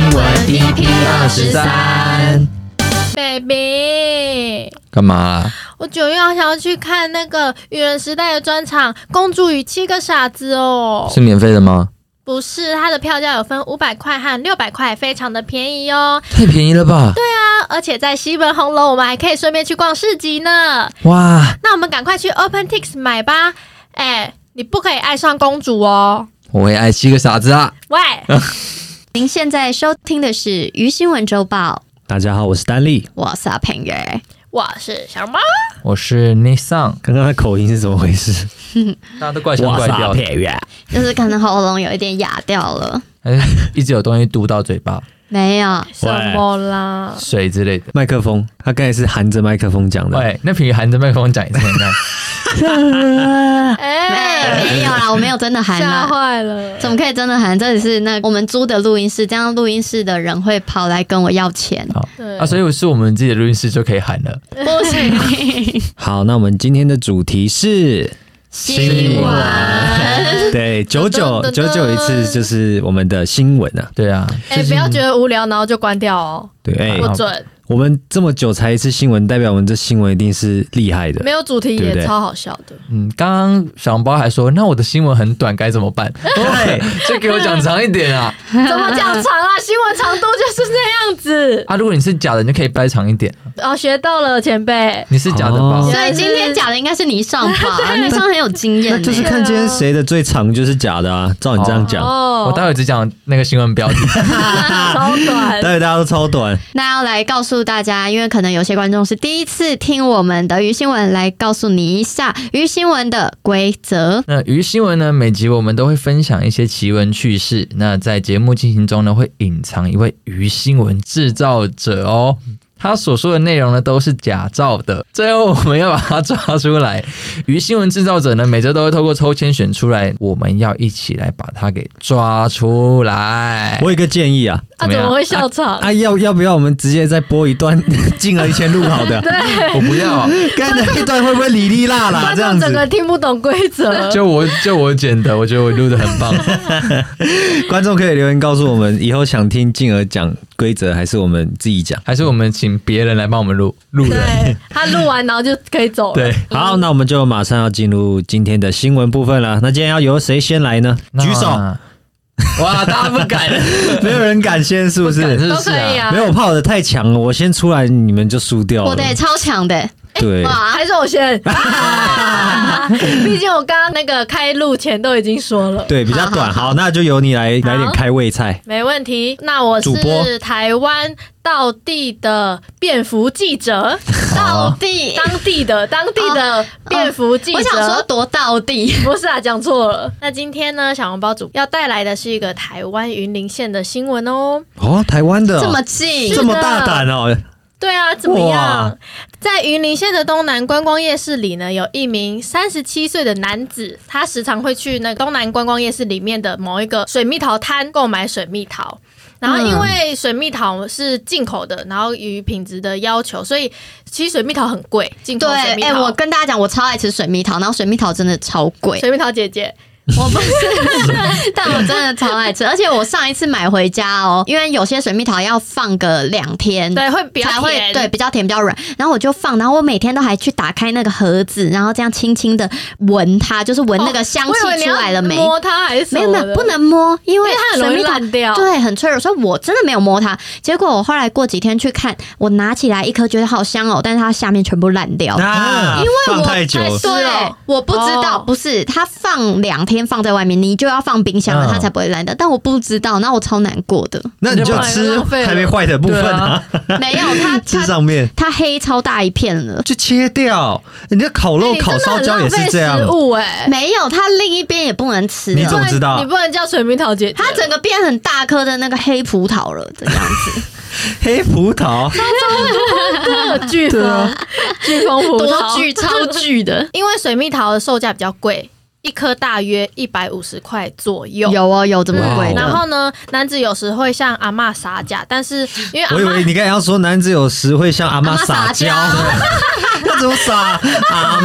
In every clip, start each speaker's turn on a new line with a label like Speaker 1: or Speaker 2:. Speaker 1: EP 二十三。
Speaker 2: baby，
Speaker 1: 干嘛啦？
Speaker 2: 我九月好想要去看那个愚人时代的专场《公主与七个傻子》哦。
Speaker 1: 是免费的吗？
Speaker 2: 不是，它的票价有分五百块和六百块，非常的便宜哦。
Speaker 1: 太便宜了吧！
Speaker 2: 啊而且在西门红楼，我们还可以顺便去逛市集呢。
Speaker 1: 哇，
Speaker 2: 那我们赶快去 OpenTix 买吧。哎，你不可以爱上公主哦。
Speaker 1: 我会爱七个傻子啊！
Speaker 2: 喂，
Speaker 3: 您现在收听的是《鱼新闻周报》，
Speaker 4: 大家好，我是丹力。
Speaker 3: 我是阿平耶。
Speaker 2: 我是小猫。
Speaker 1: 我是 Nissan，
Speaker 4: 刚刚的口音是怎么回事？
Speaker 1: 大家都怪腔怪调的，
Speaker 4: 月，
Speaker 3: 就是可能喉咙有一点哑掉了，
Speaker 1: 还是哎一直有东西嘟到嘴巴，
Speaker 3: 没 有，
Speaker 2: 什么啦？
Speaker 1: 水之类的。
Speaker 4: 麦克风，他刚才是含着麦克风讲的。
Speaker 1: 喂，那平时含着麦克风讲一次， 你看，
Speaker 3: 没
Speaker 2: 哎，
Speaker 3: 没有啦，我没有真的喊
Speaker 2: 吓
Speaker 4: 啊
Speaker 3: 啦。
Speaker 2: 坏了。
Speaker 3: 怎么可以真的喊？这里是那我们租的录音室，这样录音室的人会跑来跟我要钱，
Speaker 1: 好
Speaker 2: 对
Speaker 1: 啊，所以是我们自己的录音室就可以喊了。
Speaker 3: 不行。
Speaker 4: 好，那我们今天的主题是，
Speaker 3: 新闻，
Speaker 4: 对，九九
Speaker 2: 噔噔
Speaker 4: 九九一次就是我们的新闻啊。
Speaker 1: 对啊，
Speaker 2: 哎，不要觉得无聊，然后就关掉哦，
Speaker 4: 对，哎、
Speaker 2: 不
Speaker 1: 好
Speaker 2: 准。
Speaker 4: 我们这么久才一次新闻，代表我们这新闻一定是厉害的
Speaker 2: 没。有主题
Speaker 4: 对不
Speaker 2: 也
Speaker 4: 对
Speaker 2: 超好笑的。
Speaker 1: 嗯，刚刚小笼包还说，那我的新闻很短，该怎么 办？ 对，就给我讲长一点啊！
Speaker 2: 怎么讲长 啊？新闻长度就是这样子。
Speaker 1: 啊，如果你是假的，你就可以掰长一点。
Speaker 2: 哦，学到了，前辈。
Speaker 1: 你是假的吧
Speaker 4: 哦？
Speaker 3: 所以今天讲的应该是你上 吧？你上很有经验
Speaker 4: 那
Speaker 3: 呢，
Speaker 4: 就是看今天谁的最长就是假的啊！照你这样讲，
Speaker 2: 哦
Speaker 1: 我待会只讲那个新闻 标题。
Speaker 2: 超短
Speaker 4: 待。会大家都超 短。
Speaker 3: 那要来告诉大家，因为可能有些观众是第一次听我们的鱼新闻，来告诉你一下鱼新闻的规则。
Speaker 1: 那鱼新闻呢？每集我们都会分享一些奇闻趣事。那在节目进行中呢，会隐藏一位鱼新闻制造者哦。他所说的内容呢，都是假造的。最后我们要把他抓出来。鱼新闻制造者呢，每周都会透过抽签选出来，我们要一起来把他给抓出来。
Speaker 4: 我有一个建议啊，
Speaker 2: 啊，
Speaker 1: 怎么
Speaker 2: 怎
Speaker 1: 样
Speaker 2: 么会笑场？
Speaker 4: 啊，要要不要我们直接再播一段 进而以前录好的？
Speaker 1: 我不要，啊
Speaker 4: 刚才那一段会不会哩哩啦 啦
Speaker 2: 观
Speaker 4: 啊这样
Speaker 2: 众整个
Speaker 4: 子？
Speaker 2: 听不懂规则。
Speaker 1: 就我就我剪的，我觉得我录的很棒。
Speaker 4: 观众可以留言告诉我们，以后想听进而讲规则，还是我们自己讲？
Speaker 1: 还是我们请别人来帮我们录录 人？
Speaker 2: 对，他录完然后就可以走了。
Speaker 1: 对，
Speaker 4: 好，那我们就马上要进入今天的新闻部分了。那今天要由谁先来呢？举 手，。
Speaker 1: 哇，大家不敢，
Speaker 4: 没有人敢先，是不是？
Speaker 1: 敢是
Speaker 2: 都
Speaker 1: 不是
Speaker 2: 可以
Speaker 1: 啊？
Speaker 2: 啊
Speaker 4: 没。有，我怕我的太强了，我先出来，你们就输掉了。
Speaker 3: 我的也哦超强的，
Speaker 4: 对，
Speaker 3: 哇！
Speaker 2: 还是我 先，啊毕竟我刚刚那个开录前都已经说了。
Speaker 4: 对，比较短。好，那就由你来来点开胃菜。
Speaker 2: 没问题，那我
Speaker 4: 主播
Speaker 2: 是台湾道地的蝙蝠记 者，
Speaker 4: 啊
Speaker 3: 到地，
Speaker 2: 当地的当地的蝙蝠记者。
Speaker 3: 哦我想说多到地，
Speaker 2: 不是啊，讲错了。那今天呢，小笼包主要带来的是一个台湾云林县的新闻哦。
Speaker 4: 哦，台湾的哦
Speaker 3: 这么近
Speaker 4: 这，么大胆哦，
Speaker 2: 对啊，怎么
Speaker 4: 哇
Speaker 2: 样？在云林县的东南观光夜市里呢，有一名三十七岁的男子，他时常会去那个东南观光夜市里面的某一个水蜜桃摊购买水蜜桃。然后因为水蜜桃是进口的，然后与品质的要求，所以其实水蜜桃很贵，进口
Speaker 3: 对，
Speaker 2: 水蜜
Speaker 3: 哎、
Speaker 2: 桃。
Speaker 3: 我跟大家讲，我超爱吃水蜜桃，然后水蜜桃真的超贵，
Speaker 2: 水蜜桃姐姐，
Speaker 3: 我不是，但我真的超爱 吃，而且我上一次买回家哦，因为有些水蜜桃要放个两天，
Speaker 2: 对，会比较
Speaker 3: 才会
Speaker 2: 甜，
Speaker 3: 对比较甜比较软，然后我就放，然后我每天都还去打开那个盒子，然后这样轻轻的闻它，就是闻那个香
Speaker 2: 我以为你
Speaker 3: 气出
Speaker 2: 要
Speaker 3: 来了没？
Speaker 2: 摸它还是什
Speaker 3: 没有
Speaker 2: 么
Speaker 3: 没
Speaker 2: 的
Speaker 3: 有，不能摸，因为
Speaker 2: 因为它很容易
Speaker 3: 水蜜桃
Speaker 2: 烂掉
Speaker 3: 对，很脆弱，所以我真的没有摸它。结果我后来过几天去看，我拿起来一颗，觉得好香哦，但是它下面全部烂掉。
Speaker 4: 啊，
Speaker 3: 因为我
Speaker 4: 放太久了
Speaker 2: 太熟
Speaker 3: 对
Speaker 2: 哦，
Speaker 3: 我不知道，
Speaker 2: 哦
Speaker 3: 不是它放两天放在外面，你就要放冰箱了，
Speaker 1: 嗯
Speaker 3: 它才不会烂掉。但我不知道，那我超难过的。
Speaker 4: 那你就
Speaker 2: 那不然
Speaker 4: 吃
Speaker 2: 浪费了
Speaker 4: 还没坏的部分啊，
Speaker 3: 没有它，
Speaker 4: 吃
Speaker 3: 它
Speaker 4: 上面
Speaker 3: 它黑超大一片了。
Speaker 4: 就切掉。你的烤肉、
Speaker 2: 你真
Speaker 4: 烤
Speaker 2: 的
Speaker 4: 烧
Speaker 2: 很
Speaker 4: 焦也
Speaker 2: 浪
Speaker 4: 是
Speaker 2: 费
Speaker 4: 这样
Speaker 2: 食，物哎，
Speaker 3: 没有，它另一边也不能吃
Speaker 4: 你怎
Speaker 3: 了。
Speaker 4: 么知道
Speaker 2: 你不能叫水蜜桃姐姐，
Speaker 3: 它整个变很大颗的那个黑葡萄了，这样子
Speaker 4: 黑葡萄
Speaker 2: 个飓风，飓风葡
Speaker 3: 啊多
Speaker 2: 萄
Speaker 3: 巨超巨的，
Speaker 2: 因为水蜜桃的售价比较贵，一颗大约一百五十块左右。
Speaker 3: 有哦有这么贵
Speaker 2: 然
Speaker 4: 哇
Speaker 3: 的，
Speaker 2: 后呢，男子有时会向阿嬷撒价，但是因为阿
Speaker 4: 我以为
Speaker 2: 嬷
Speaker 4: 你刚才要说男子有时会像阿妈
Speaker 3: 阿嬷
Speaker 4: 撒
Speaker 3: 撒
Speaker 4: 娇，
Speaker 3: 娇
Speaker 4: 那怎么撒？阿
Speaker 3: 算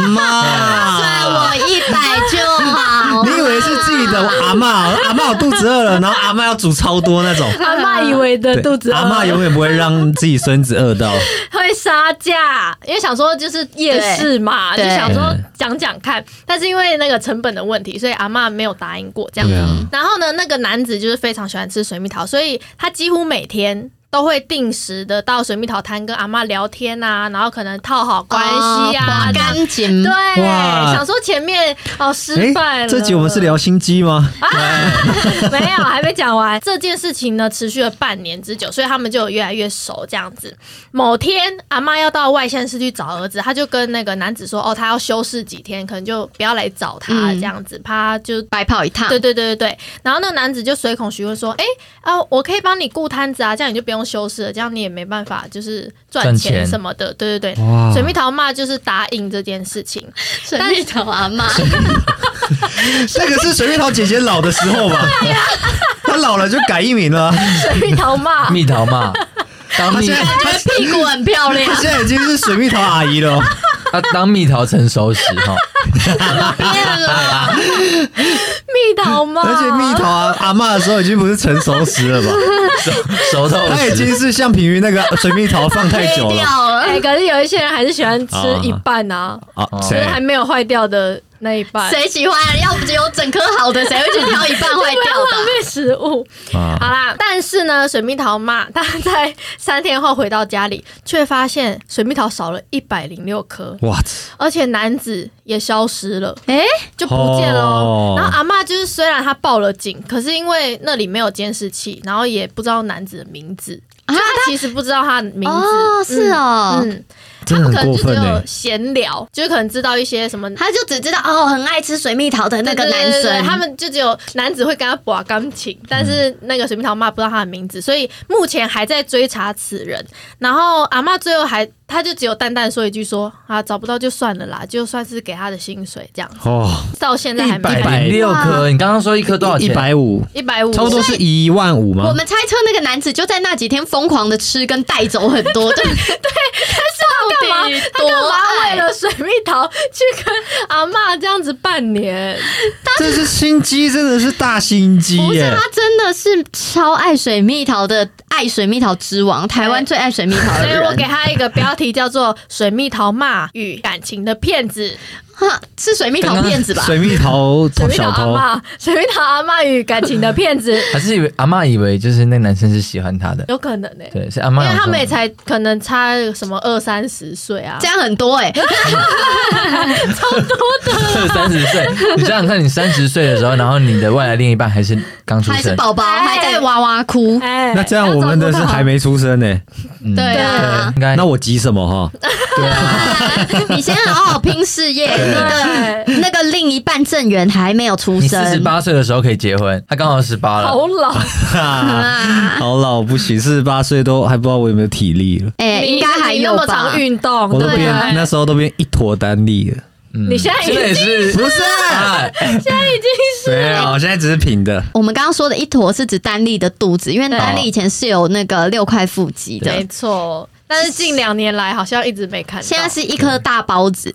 Speaker 4: 妈，
Speaker 3: 我一百就好。
Speaker 4: 啊 你以为是自记得我阿嬷，阿嬷我肚子饿了，然后阿嬷要煮超多那种。
Speaker 2: 阿妈以为的
Speaker 4: 对
Speaker 2: 肚子饿，
Speaker 4: 阿嬷永远不会让自己孙子饿到。
Speaker 2: 会杀价，因为想说就是夜市嘛，就
Speaker 3: 对
Speaker 2: 想说讲讲看，但是因为那个成本的问题，所以阿嬷没有答应过这样。
Speaker 4: 对啊，
Speaker 2: 然后呢，那个男子就是非常喜欢吃水蜜桃，所以他几乎每天。都会定时的到水蜜桃摊跟阿嬷聊天啊，然后可能套好关系啊，
Speaker 3: 哦
Speaker 2: 这样
Speaker 3: 干净，
Speaker 2: 对，
Speaker 4: 哇
Speaker 2: 想说前面哦失
Speaker 4: 诶
Speaker 2: 败了。
Speaker 4: 哎这集我们是聊心机吗？
Speaker 2: 没有，还没讲完。这件事情呢，持续了半年之久，所以他们就有越来越熟这样子。某天，阿妈要到外县市去找儿子，她就跟那个男子说：“哦，他要休饰几天，可能就不要来找他
Speaker 3: 嗯
Speaker 2: 这样子，怕他就……”
Speaker 3: 白跑一趟。
Speaker 2: 对对对对对。然后那个男子就随口询问说：“哎、啊，我可以帮你顾摊子啊，这样你就不用休饰了，这样你也没办法就是赚
Speaker 1: 赚
Speaker 2: 钱
Speaker 1: 钱
Speaker 2: 什么的。”对对对。
Speaker 4: 哇
Speaker 2: 水蜜桃妈就是答应这件事情，
Speaker 3: 水蜜桃阿妈，
Speaker 4: 那个是水蜜桃姐姐老的时候吧？她老了就改艺名了啊，
Speaker 2: 水蜜桃妈
Speaker 1: 蜜桃啊嘛，当
Speaker 4: 她
Speaker 1: 蜜
Speaker 4: 现在她
Speaker 3: 屁股很漂亮
Speaker 4: 她，现在已经是水蜜桃阿姨 了哦。
Speaker 1: 啊，当蜜桃成熟时哈，
Speaker 3: 变了。
Speaker 2: 蜜桃妈，
Speaker 4: 而且蜜桃阿阿嬷的时候已经不是成熟时了吧？
Speaker 1: 熟透
Speaker 4: 她已经
Speaker 1: 时，
Speaker 4: 是像品鱼那个水蜜桃放太久
Speaker 3: 黑
Speaker 4: 了
Speaker 3: 掉了。
Speaker 2: 哎、可是有一些人还是喜欢吃
Speaker 4: 啊
Speaker 2: 一半啊，
Speaker 4: 啊！
Speaker 2: 就
Speaker 4: 谁
Speaker 2: 是？还没有坏掉的那一半，
Speaker 3: 谁喜欢？要不只有整颗好的，谁会去挑一半坏掉
Speaker 2: 浪
Speaker 3: 的？
Speaker 2: 费食物。好
Speaker 4: 啊
Speaker 2: 啦，但是呢，水蜜桃妈她在三天后回到家里，却发现水蜜桃少了一百零六颗，
Speaker 4: 哇！
Speaker 2: 而且男子也消失了，
Speaker 3: 哎、
Speaker 2: 就不见了哦。
Speaker 4: 哦
Speaker 2: 然后阿嬷就是虽然她报了警，可是因为那里没有监视器，然后也不知道男子的名字，
Speaker 3: 啊
Speaker 2: 就她其实不知道他的名字。
Speaker 3: 哦，是哦，
Speaker 2: 嗯，嗯他
Speaker 4: 真的
Speaker 2: 们可
Speaker 4: 很
Speaker 2: 能
Speaker 4: 过
Speaker 2: 就只
Speaker 4: 分
Speaker 2: 有
Speaker 4: 欸
Speaker 2: 闲聊，就是可能知道一些什么
Speaker 3: 他就只知道哦，很爱吃水蜜桃的那个男
Speaker 2: 对对对
Speaker 3: 生，
Speaker 2: 对他们就只有男子会跟他把钢琴，但是那个水蜜桃妈不知道他的名字，所以目前还在追查此人。然后阿妈最后还，他就只有淡淡说一句说啊，找不到就算了啦，就算是给他的薪水这样，
Speaker 4: 哦，
Speaker 2: 到现在还没
Speaker 1: 一
Speaker 4: 100
Speaker 2: 看
Speaker 1: 百六颗，你刚刚说一颗多少钱？
Speaker 4: 一百五，
Speaker 2: 一百五，
Speaker 4: 差不多是一万五
Speaker 3: 我
Speaker 4: 吗？
Speaker 3: 们猜测那个男子就在那几天疯狂的吃跟带走很多，对对，他是到底
Speaker 2: 干
Speaker 3: 多
Speaker 2: 嘛为
Speaker 3: 爱？
Speaker 2: 了水蜜桃去跟阿妈这样子半年？
Speaker 4: 这是心机，真的是大心机
Speaker 3: 不是
Speaker 4: 耶！
Speaker 3: 他真的是超爱水蜜桃的，爱水蜜桃之王，台湾最爱水蜜桃
Speaker 2: 所
Speaker 3: 的
Speaker 2: 以
Speaker 3: 人。
Speaker 2: 我给他一个标题叫做《水蜜桃骂与感情的骗子》。
Speaker 3: 哈是水蜜桃骗子吧？
Speaker 4: 水蜜桃
Speaker 2: 水蜜桃
Speaker 4: 小
Speaker 2: 阿
Speaker 4: 偷，
Speaker 2: 妈，水蜜桃阿妈与感情的骗子，
Speaker 1: 还是以为阿嬷以为就是那男生是喜欢她的，
Speaker 2: 有可能呢、
Speaker 1: 对，是阿
Speaker 2: 因
Speaker 1: 嬷
Speaker 2: 为
Speaker 1: 想说。
Speaker 2: 他们也才可能差什么二三十岁啊
Speaker 3: 这，样很多哎、
Speaker 1: 二 三十岁，你想想看，你三十岁的时候，然后你的未来另一半还是刚出
Speaker 3: 还是
Speaker 1: 生，
Speaker 3: 宝宝还在哇哇哭，
Speaker 2: 哎
Speaker 4: 那这样我们的是还，没出生呢，
Speaker 1: 嗯
Speaker 3: 对啊
Speaker 1: 对，应该
Speaker 4: 那我急什 么哈？
Speaker 3: 你先好好拼事业，你
Speaker 2: 哎
Speaker 3: 的那个另一半正缘还没有出
Speaker 1: 你四十
Speaker 3: 生。
Speaker 1: 八岁的时候可以结婚，他刚好十
Speaker 3: 呃
Speaker 1: 八了，
Speaker 2: 好老，
Speaker 4: 哈
Speaker 3: 啊，
Speaker 4: 好老不行，四十八岁都还不知道我有没有体力了，
Speaker 3: 哎、
Speaker 2: 你
Speaker 3: 应该还
Speaker 2: 你那
Speaker 3: 有
Speaker 2: 么
Speaker 3: 吧
Speaker 2: 常？运动，
Speaker 4: 我都
Speaker 2: 对
Speaker 4: 变
Speaker 2: 啊
Speaker 4: 那时候都变一坨单粒了。
Speaker 1: 嗯
Speaker 2: 你现在已
Speaker 1: 现
Speaker 2: 经
Speaker 1: 在也是不是？哎
Speaker 4: 没有，我现在只是平的。
Speaker 3: 我们刚刚说的一坨是指丹丽的肚子，因为丹丽以前是有那个六块腹肌
Speaker 2: 没
Speaker 3: 的，
Speaker 2: 错。但是近两年来好像一直没看到，
Speaker 3: 现在是一颗大包子。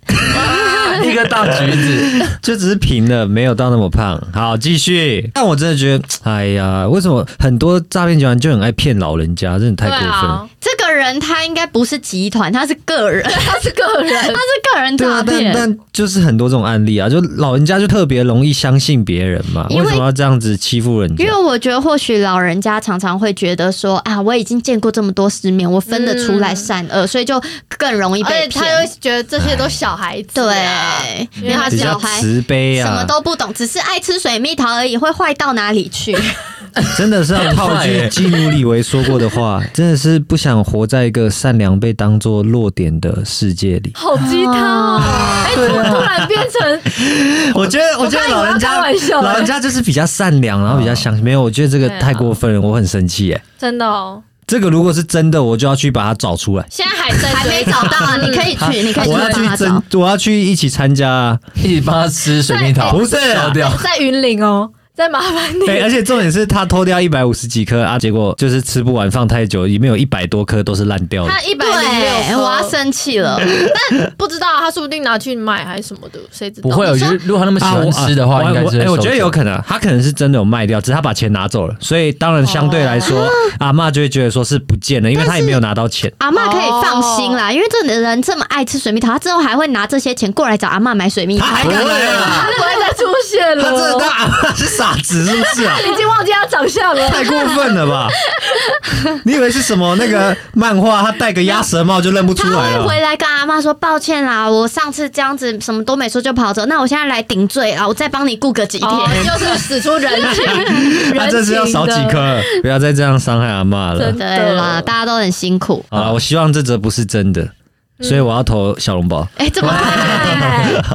Speaker 1: 一个大橘子，
Speaker 4: 就只是平了，没有到那么胖。好，继续。但我真的觉得，哎呀，为什么很多诈骗集团就很爱骗老人家，真的太
Speaker 2: 对
Speaker 4: 过分
Speaker 2: 啊
Speaker 4: 了。，
Speaker 3: 这个人他应该不是集团，他是个人， 他
Speaker 2: 他是个人，
Speaker 3: 是个人
Speaker 4: 对啊
Speaker 3: 诈，
Speaker 4: 但
Speaker 3: 骗。
Speaker 4: 但就是很多这种案例啊，就老人家就特别容易相信别人嘛，
Speaker 3: 因为
Speaker 4: 为什么要这样子欺负人家
Speaker 3: 因为？我觉得，或许老人家常常会觉得说啊，我已经见过这么多世面，我分得出来善恶，所以就更容易
Speaker 2: 嗯而
Speaker 3: 被
Speaker 2: 且他又
Speaker 3: 骗。
Speaker 2: 觉得这些都小孩子，啊，
Speaker 3: 对，
Speaker 2: 因为他
Speaker 3: 他
Speaker 4: 比较
Speaker 3: 小孩
Speaker 4: 慈悲
Speaker 3: 什么
Speaker 4: 啊，
Speaker 3: 都不懂，只是爱吃水蜜桃而已，会坏到哪 里去？
Speaker 4: 真的是要套句基努里维说过的话，真的是不想活在一个善良被当作弱点的世界里。
Speaker 2: 好鸡汤哦，哎，怎么突然变成
Speaker 4: 我觉得，我觉得
Speaker 2: 我刚以为
Speaker 4: 老人
Speaker 2: 要开
Speaker 4: 家
Speaker 2: 玩笑，
Speaker 4: 老人家就是比较善良，然后比较相信。没有，我觉得这个
Speaker 2: 对啊
Speaker 4: 太过分了，我很生气耶。
Speaker 2: 真的哦，
Speaker 4: 这个如果是真的，我就要去把它找出来，
Speaker 2: 现在还在
Speaker 3: 还没
Speaker 2: 追
Speaker 3: 找到，啊，你可以去，你可以去
Speaker 4: 我
Speaker 3: 帮
Speaker 4: 要
Speaker 3: 他
Speaker 4: 去
Speaker 3: 找
Speaker 4: 真。，我要去一起参加啊。
Speaker 1: 一起帮他吃水蜜桃，
Speaker 4: 不是啊
Speaker 1: 烧掉。
Speaker 2: 在云林哦，再麻烦你。
Speaker 4: 哎对，而且重点是他偷掉一百五十几颗啊，结果就是吃不完，放太久，里面有一百多颗都是烂掉的。
Speaker 2: 他一百零
Speaker 3: 对，
Speaker 2: 六，
Speaker 3: 我要生气了。
Speaker 2: 不知道他说不定拿去卖还是什么的，谁知道？
Speaker 1: 不会，我觉得如果他那么喜欢吃的话，
Speaker 4: 啊我
Speaker 1: 应该是
Speaker 4: 我
Speaker 1: 会
Speaker 4: 哎我觉得
Speaker 1: 收
Speaker 4: 有
Speaker 1: 走
Speaker 4: 可能，他可能是真的有卖掉，只是他把钱拿走了，所以当然相对来
Speaker 2: 哦
Speaker 4: 说，阿嬷就会觉得说是不见了，因为他也没有拿到钱。
Speaker 3: 阿嬷可以放心
Speaker 2: 哦
Speaker 3: 啦，因为这人这么爱吃水蜜桃，他之后还会拿这些钱过来找阿嬷买水蜜桃。
Speaker 4: 敢来
Speaker 2: 他
Speaker 4: 啊？
Speaker 2: 不会再出现
Speaker 4: 他真的
Speaker 2: 了。
Speaker 4: 当阿嬷是傻子是不是啊？
Speaker 2: 已经忘记他长相了。
Speaker 4: 太过分了吧！你以为是什么那个漫画？他戴个鸭舌帽就认不出
Speaker 3: 他
Speaker 4: 来
Speaker 3: 会
Speaker 4: 了
Speaker 3: 回？来跟阿嬷说抱歉啦，我上次这样子什么都没说就跑走，那我现在来顶罪啊啦，我再帮你顾个几天。
Speaker 2: 哦，就是使出人情，
Speaker 4: 他这次要少几
Speaker 2: 人情
Speaker 4: 颗
Speaker 2: 的。
Speaker 4: 了，不要再这样伤害阿嬷了
Speaker 2: 真。
Speaker 3: 对啦，大家都很辛苦。
Speaker 4: 好了，我希望这则不是真的，所以我要投小笼包。
Speaker 3: 哎、这么
Speaker 2: 哎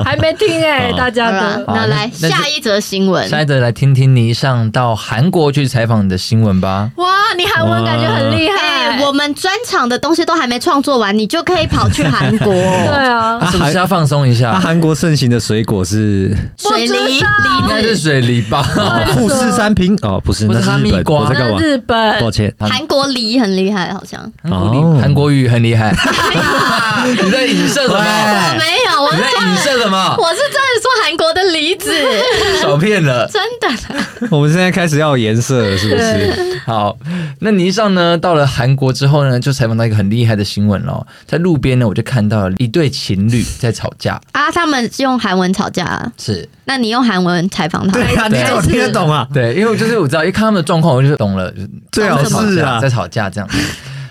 Speaker 2: 还没听 哎、
Speaker 4: 好
Speaker 2: 大
Speaker 3: 好
Speaker 2: 家
Speaker 3: 了
Speaker 2: 的，
Speaker 1: 好
Speaker 3: 那来
Speaker 1: 那那就
Speaker 3: 下一则新闻。
Speaker 1: 下一则来听听倪尚哎到韩国去采访的新闻吧。
Speaker 2: 哇，你韩文感觉很厉害。
Speaker 3: 哎、我们专场的东西都还没创作完，你就可以跑去韩国？
Speaker 2: 对啊，
Speaker 1: 他是不是要放松一
Speaker 4: 那
Speaker 1: 下？
Speaker 4: 韩国盛行的水果是
Speaker 3: 水
Speaker 2: 不
Speaker 3: 梨
Speaker 2: 知道
Speaker 1: 应该是水梨吧？
Speaker 4: 哦富士山苹哦，不是，
Speaker 1: 不是
Speaker 4: 那
Speaker 1: 哈密
Speaker 4: 日本。
Speaker 1: 瓜
Speaker 4: 我在干
Speaker 2: 那
Speaker 4: 嘛？
Speaker 2: 日
Speaker 4: 抱
Speaker 2: 本
Speaker 4: 歉，
Speaker 3: 韩国梨很厉害，好像。
Speaker 1: 韩国梨
Speaker 4: 哦
Speaker 1: 韩国语很厉害。 你在影射什么？
Speaker 4: 哎
Speaker 3: 没有，我
Speaker 1: 你
Speaker 3: 是
Speaker 1: 在影射什么？
Speaker 3: 我是真的说韩国的梨子，
Speaker 1: 少骗了。
Speaker 3: 真的啦。
Speaker 4: 我们现在开始要有颜色了，是不是？
Speaker 1: 好，那倪尚呢？到了韩国之后呢，就采访到一个很厉害的新闻咯。在路边呢，我就看到了一对情侣在吵架，
Speaker 3: 啊，他们用韩文吵架、啊，
Speaker 1: 是
Speaker 3: 那你用韩文采访他
Speaker 4: 对
Speaker 3: 们，
Speaker 4: 啊，你怎么听得懂啊？
Speaker 1: 对，因为我就是我知道，一看他们的状况，我就懂了，就是
Speaker 4: 最好
Speaker 1: 在吵
Speaker 4: 是
Speaker 1: 架
Speaker 4: 啊
Speaker 1: 在吵架这样。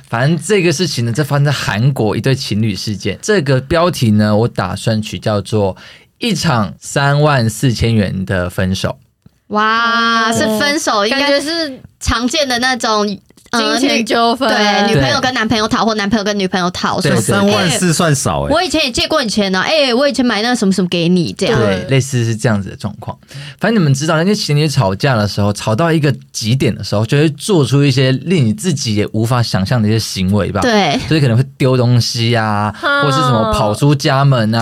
Speaker 1: 反正这个事情呢，这发生在韩国一对情侣事件。这个标题呢，我打算取叫做“一场三万四千元的分手
Speaker 2: 哦
Speaker 3: 哇，是分手，应
Speaker 2: 感
Speaker 3: 该
Speaker 2: 觉是
Speaker 3: 常见的那种呃
Speaker 2: 金
Speaker 3: 女
Speaker 2: 钱纠纷，
Speaker 3: 对女
Speaker 1: 对
Speaker 3: 朋友跟男朋友讨，或男朋友跟女朋友讨，
Speaker 1: 对
Speaker 3: 说
Speaker 1: 对
Speaker 4: 三万四算少哎，
Speaker 3: 我以前也借过你钱呢、啊，哎、我以前买那个什么什么给你，这”，样
Speaker 1: 对
Speaker 2: 对，
Speaker 1: 类似是这样子的状况。反正你们知道，那些情侣吵架的时候，吵到一个极点的时候，就会做出一些令你自己也无法想象的一些行为吧。。
Speaker 3: 对
Speaker 1: 所以可能会丢东西呀、
Speaker 2: 嗯
Speaker 1: 或是什么跑出家门啊，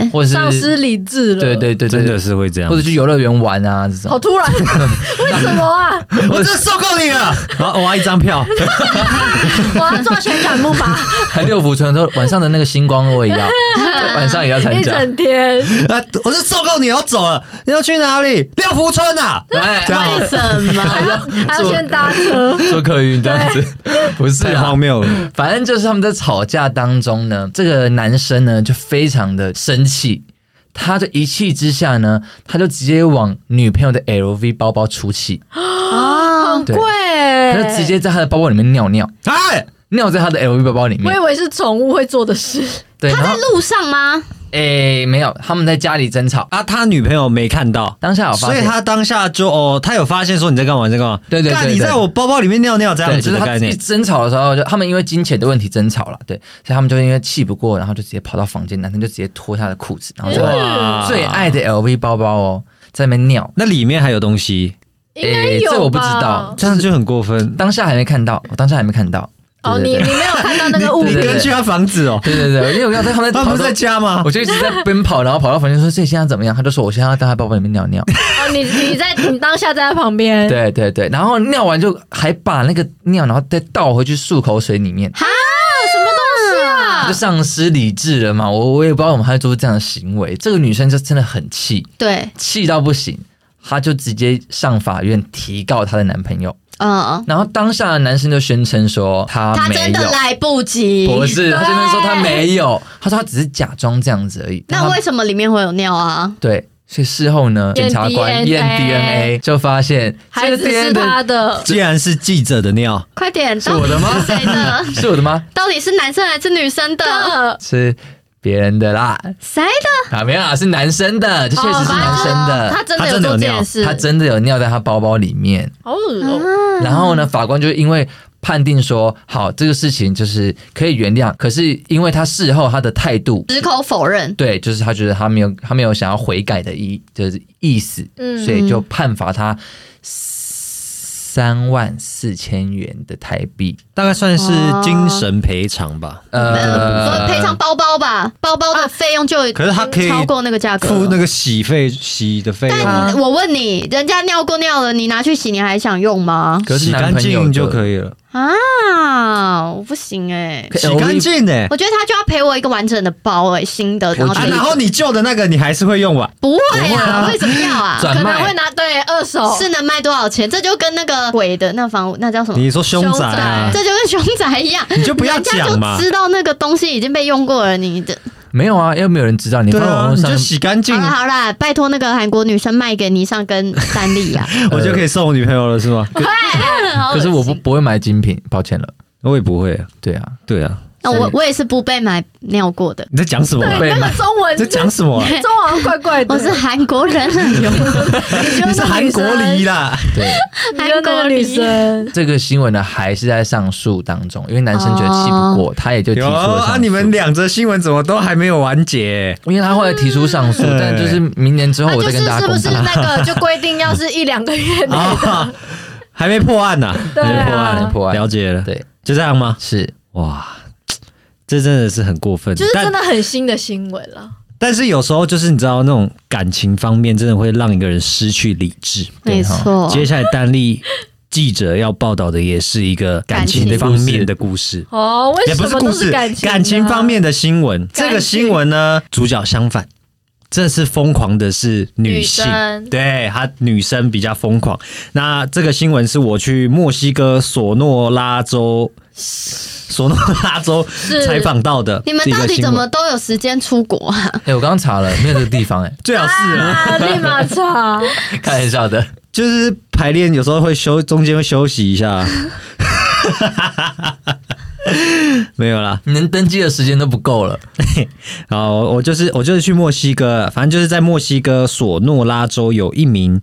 Speaker 3: 对，
Speaker 1: 或是
Speaker 2: 丧失理智了。
Speaker 1: 对对对
Speaker 4: 真
Speaker 1: 对
Speaker 4: 的是会这样
Speaker 1: 或。者去游乐园玩啊这
Speaker 2: 好
Speaker 1: 种。
Speaker 2: 突 然，为什么啊？
Speaker 4: 我真的受够你了，啊好，我要一张 票。
Speaker 2: 我要做旋转木马
Speaker 1: 还六福村说晚上的那个星光我也 要，晚上也要参
Speaker 2: 一
Speaker 1: 加。哎
Speaker 2: 整天，
Speaker 4: 啊，我是受够你，要走了。你要去哪里？六福村啊！
Speaker 1: 哎
Speaker 4: 这样
Speaker 3: 为 什
Speaker 2: 还
Speaker 3: 么？
Speaker 2: 要还要先搭车。
Speaker 1: 做客运这样子，不是
Speaker 4: 太
Speaker 1: 啊
Speaker 4: 荒。谬了。
Speaker 1: 反正就是他们在吵架当中呢，这个男生呢就非常的生气，他就一气之下呢，他就直接往女朋友的 LV 包包出气，
Speaker 3: 哦，
Speaker 1: 对，
Speaker 2: 贵，
Speaker 1: 他就直接在他的包包里面尿尿，
Speaker 4: 哎，
Speaker 1: 尿在他的 LV 包包里
Speaker 2: 我以
Speaker 1: 面。
Speaker 2: 为是宠物会做的 事，
Speaker 1: 对，
Speaker 3: 他
Speaker 1: 然
Speaker 3: 在
Speaker 1: 后
Speaker 3: 路上吗？
Speaker 1: 诶、没有，他们在家里争吵，
Speaker 4: 啊，他女朋友没看到，
Speaker 1: 当下有发
Speaker 4: 所以
Speaker 1: 现，
Speaker 4: 他当下就哦，他有发现说你在干嘛？你在干嘛？
Speaker 1: 对对对
Speaker 4: 干
Speaker 1: 对
Speaker 4: 你在我包包里面尿尿这样
Speaker 1: 对，
Speaker 4: 子
Speaker 1: 就是
Speaker 4: 的
Speaker 1: 他
Speaker 4: 概
Speaker 1: 一
Speaker 4: 念。
Speaker 1: 争吵的时候，就他们因为金钱的问题争吵了，对，所以他们就因为气不过，然后就直接跑到房间，男生就直接脱他的裤子，然后就
Speaker 4: 哇
Speaker 1: 最爱的 LV 包包哦，在那边尿，
Speaker 4: 那里面还有东西，
Speaker 2: 应该有吧？
Speaker 1: 这我不知道
Speaker 4: 这样就很过分。
Speaker 1: 当下还没看到，我当下还没看到。
Speaker 2: 哦，
Speaker 1: 对
Speaker 2: 你
Speaker 1: 对
Speaker 2: 你没有看到那个物
Speaker 1: 对
Speaker 4: 你
Speaker 1: 对
Speaker 2: 品
Speaker 1: 对
Speaker 4: 跟去他房子哦，
Speaker 1: 对对对对，因为我刚才他们在
Speaker 4: 他
Speaker 1: 跑
Speaker 4: 不是
Speaker 1: 到
Speaker 4: 在家吗
Speaker 1: 我？就一直在奔跑，然后跑到房间说：“这现在怎么样？”他就说：“我现在要到他包包里面尿尿。
Speaker 2: 哦，你你在你当下在他旁”边，
Speaker 1: 对对对，然后尿完就还把那个尿，然后再倒回去漱口水里面，
Speaker 3: 啊
Speaker 1: 就丧失理智了嘛。我我也不知道我们还做出这样的行为，这个女生就真的很气，
Speaker 3: 对，
Speaker 1: 气到不行，她就直接上法院提告她的男朋友。
Speaker 3: 嗯，
Speaker 1: 然后当下的男生就宣称说他
Speaker 3: 他
Speaker 1: 啊没有，
Speaker 3: 真的来不及。
Speaker 1: 不是，他先生说他没 有，他说他只是假装这样子而已。但
Speaker 3: 那
Speaker 1: 他
Speaker 3: 为什么里面会有尿啊？
Speaker 1: 对，所以事后呢，检
Speaker 2: 验
Speaker 1: 察官
Speaker 2: DNA
Speaker 1: 验 DNA 就发现
Speaker 2: 孩
Speaker 1: 这个
Speaker 2: 子是
Speaker 1: DNA
Speaker 2: 他
Speaker 1: 的
Speaker 2: 的，
Speaker 4: 既然是记者的尿，
Speaker 3: 快点，
Speaker 1: 是我的吗
Speaker 3: 到底是谁
Speaker 1: ？
Speaker 3: 的
Speaker 1: 是我的吗？
Speaker 3: 到底是男生还是女生的？
Speaker 1: 是别人的啦，
Speaker 3: 谁的？
Speaker 1: 啊没有啦，是男生的，这确实是男生
Speaker 2: 哦
Speaker 1: 的，
Speaker 2: 他真
Speaker 4: 他
Speaker 2: 的
Speaker 4: 真的
Speaker 2: 做
Speaker 4: 有
Speaker 2: 这
Speaker 4: 尿
Speaker 2: 件事，
Speaker 1: 他真的有尿在他包包里面。
Speaker 2: 好恶哦，
Speaker 1: 然后呢，法官就因为判定说，好这个事情就是可以原谅，可是因为他事后他的态度
Speaker 3: 矢口否认。
Speaker 1: 对，就是他觉得他没有他没有想要悔改的意，就是意思，
Speaker 2: 嗯
Speaker 1: 所以就判罚他三万四千元的台币，
Speaker 4: 大概算是精神赔偿吧。
Speaker 3: 呃，赔偿包包吧，包包的费用就已
Speaker 4: 可是他可以
Speaker 3: 经超过那个价格
Speaker 4: 付
Speaker 3: 了。
Speaker 4: 那个洗费洗的费用啊，
Speaker 3: 但我问你，人家尿过尿了，你拿去洗，你还想用吗？
Speaker 1: 可是
Speaker 4: 洗
Speaker 1: 男
Speaker 4: 干
Speaker 1: 朋友
Speaker 4: 净
Speaker 1: 的
Speaker 4: 就可以了，
Speaker 3: 啊，我不行哎、
Speaker 1: 可以
Speaker 4: 洗干净呢。
Speaker 3: 我觉得他就要赔我一个完整的包哎、新的，然后
Speaker 4: 啊
Speaker 3: 这一
Speaker 4: 然后你旧的那个你还是会用吧？
Speaker 3: 不会啊，为什么要 啊？
Speaker 1: 转
Speaker 2: 可能会
Speaker 1: 卖。
Speaker 2: 拿对二手
Speaker 3: 是能卖多少钱？这就跟那个鬼的那房屋那叫什么？
Speaker 4: 你说凶宅啊
Speaker 2: 凶？
Speaker 3: 这就跟熊仔一样，
Speaker 4: 你就不要
Speaker 3: 人家
Speaker 4: 讲嘛
Speaker 3: 就知道那个东西已经被用过了。你的
Speaker 1: 没有啊，又没有人知道，你
Speaker 4: 对
Speaker 1: 放网
Speaker 4: 啊，
Speaker 1: 络
Speaker 4: 你
Speaker 1: 上
Speaker 4: 就洗干净
Speaker 3: 好，啦好啦，拜托那个韩国女生卖给倪尚跟三啊丽 呀、
Speaker 4: 我就可以送我女朋友了，是吗？
Speaker 2: 啊
Speaker 3: 好恶
Speaker 1: 可
Speaker 3: 心
Speaker 1: 是我不不会买精品，抱歉了。
Speaker 4: 我也不会啊，
Speaker 1: 对啊，
Speaker 4: 对啊，
Speaker 3: 那哦我我也是不被买尿过 的，
Speaker 4: 你在讲什么啊？
Speaker 1: 被
Speaker 2: 那
Speaker 1: 卖
Speaker 2: 个中文
Speaker 4: 你在讲什么啊？
Speaker 2: 中文好像怪怪的。
Speaker 3: 我是韩国人，哎
Speaker 4: 你是韩国
Speaker 3: 啊
Speaker 4: 梨啦，
Speaker 1: 对。
Speaker 2: 韩国女生，
Speaker 1: 这个新闻呢还是在上诉当中，因为男生觉得气不过，他也就提出
Speaker 4: 有
Speaker 1: 了上诉。
Speaker 4: 啊！你们两则新闻怎么都还没有完结？
Speaker 1: 因为他后来提出上诉，
Speaker 4: 嗯
Speaker 1: 但就是明年之后
Speaker 3: 啊
Speaker 2: 那
Speaker 1: 我
Speaker 2: 就
Speaker 1: 再
Speaker 2: 是
Speaker 1: 跟大家
Speaker 2: 是不
Speaker 1: 公布
Speaker 2: 是。那个就规定要 是一两个月内？
Speaker 4: 啊，还没破案呐，
Speaker 2: 对啊
Speaker 4: 还没破案，
Speaker 2: 还
Speaker 1: 没破案
Speaker 4: 了解了，
Speaker 1: 对，
Speaker 4: 就这样吗？
Speaker 1: 是
Speaker 4: 哇，这真的是很过分，
Speaker 2: 就是真
Speaker 4: 但
Speaker 2: 的很新的新闻了。
Speaker 4: 但是有时候就是你知道那种感情方面，真的会让一个人失去理智。
Speaker 3: 没错。
Speaker 4: 接下来丹立记者要报道的也是一个感情
Speaker 3: 感情
Speaker 4: 方面的故事。
Speaker 2: 哦，为
Speaker 4: 也不
Speaker 2: 什
Speaker 4: 是
Speaker 2: 么
Speaker 4: 故
Speaker 2: 都
Speaker 4: 事，
Speaker 2: 感情啊
Speaker 4: 感
Speaker 2: 感
Speaker 4: 情方面的新闻。
Speaker 2: 情
Speaker 4: 这个新闻呢，主角相反，这次疯狂的是女性，
Speaker 2: 女生
Speaker 4: 对她女生比较疯狂。那这个新闻是我去墨西哥索诺拉州，索诺拉州采访到的
Speaker 3: 你们
Speaker 4: 这
Speaker 3: 到
Speaker 4: 个
Speaker 3: 底
Speaker 4: 新
Speaker 3: 怎么
Speaker 4: 闻，
Speaker 3: 都有时间出国啊？
Speaker 1: 哎、我刚刚查了，没有这个地方哎、
Speaker 4: 最好是啊、
Speaker 2: 啊，立马查。
Speaker 1: 开玩笑的。
Speaker 4: 就是排练有时候会休，中间会休息一下。 没有啦，
Speaker 1: 你能登记的时间都不够了，
Speaker 4: 好，我我就是我就是去墨西哥，反正就是在墨西哥索诺拉州有一名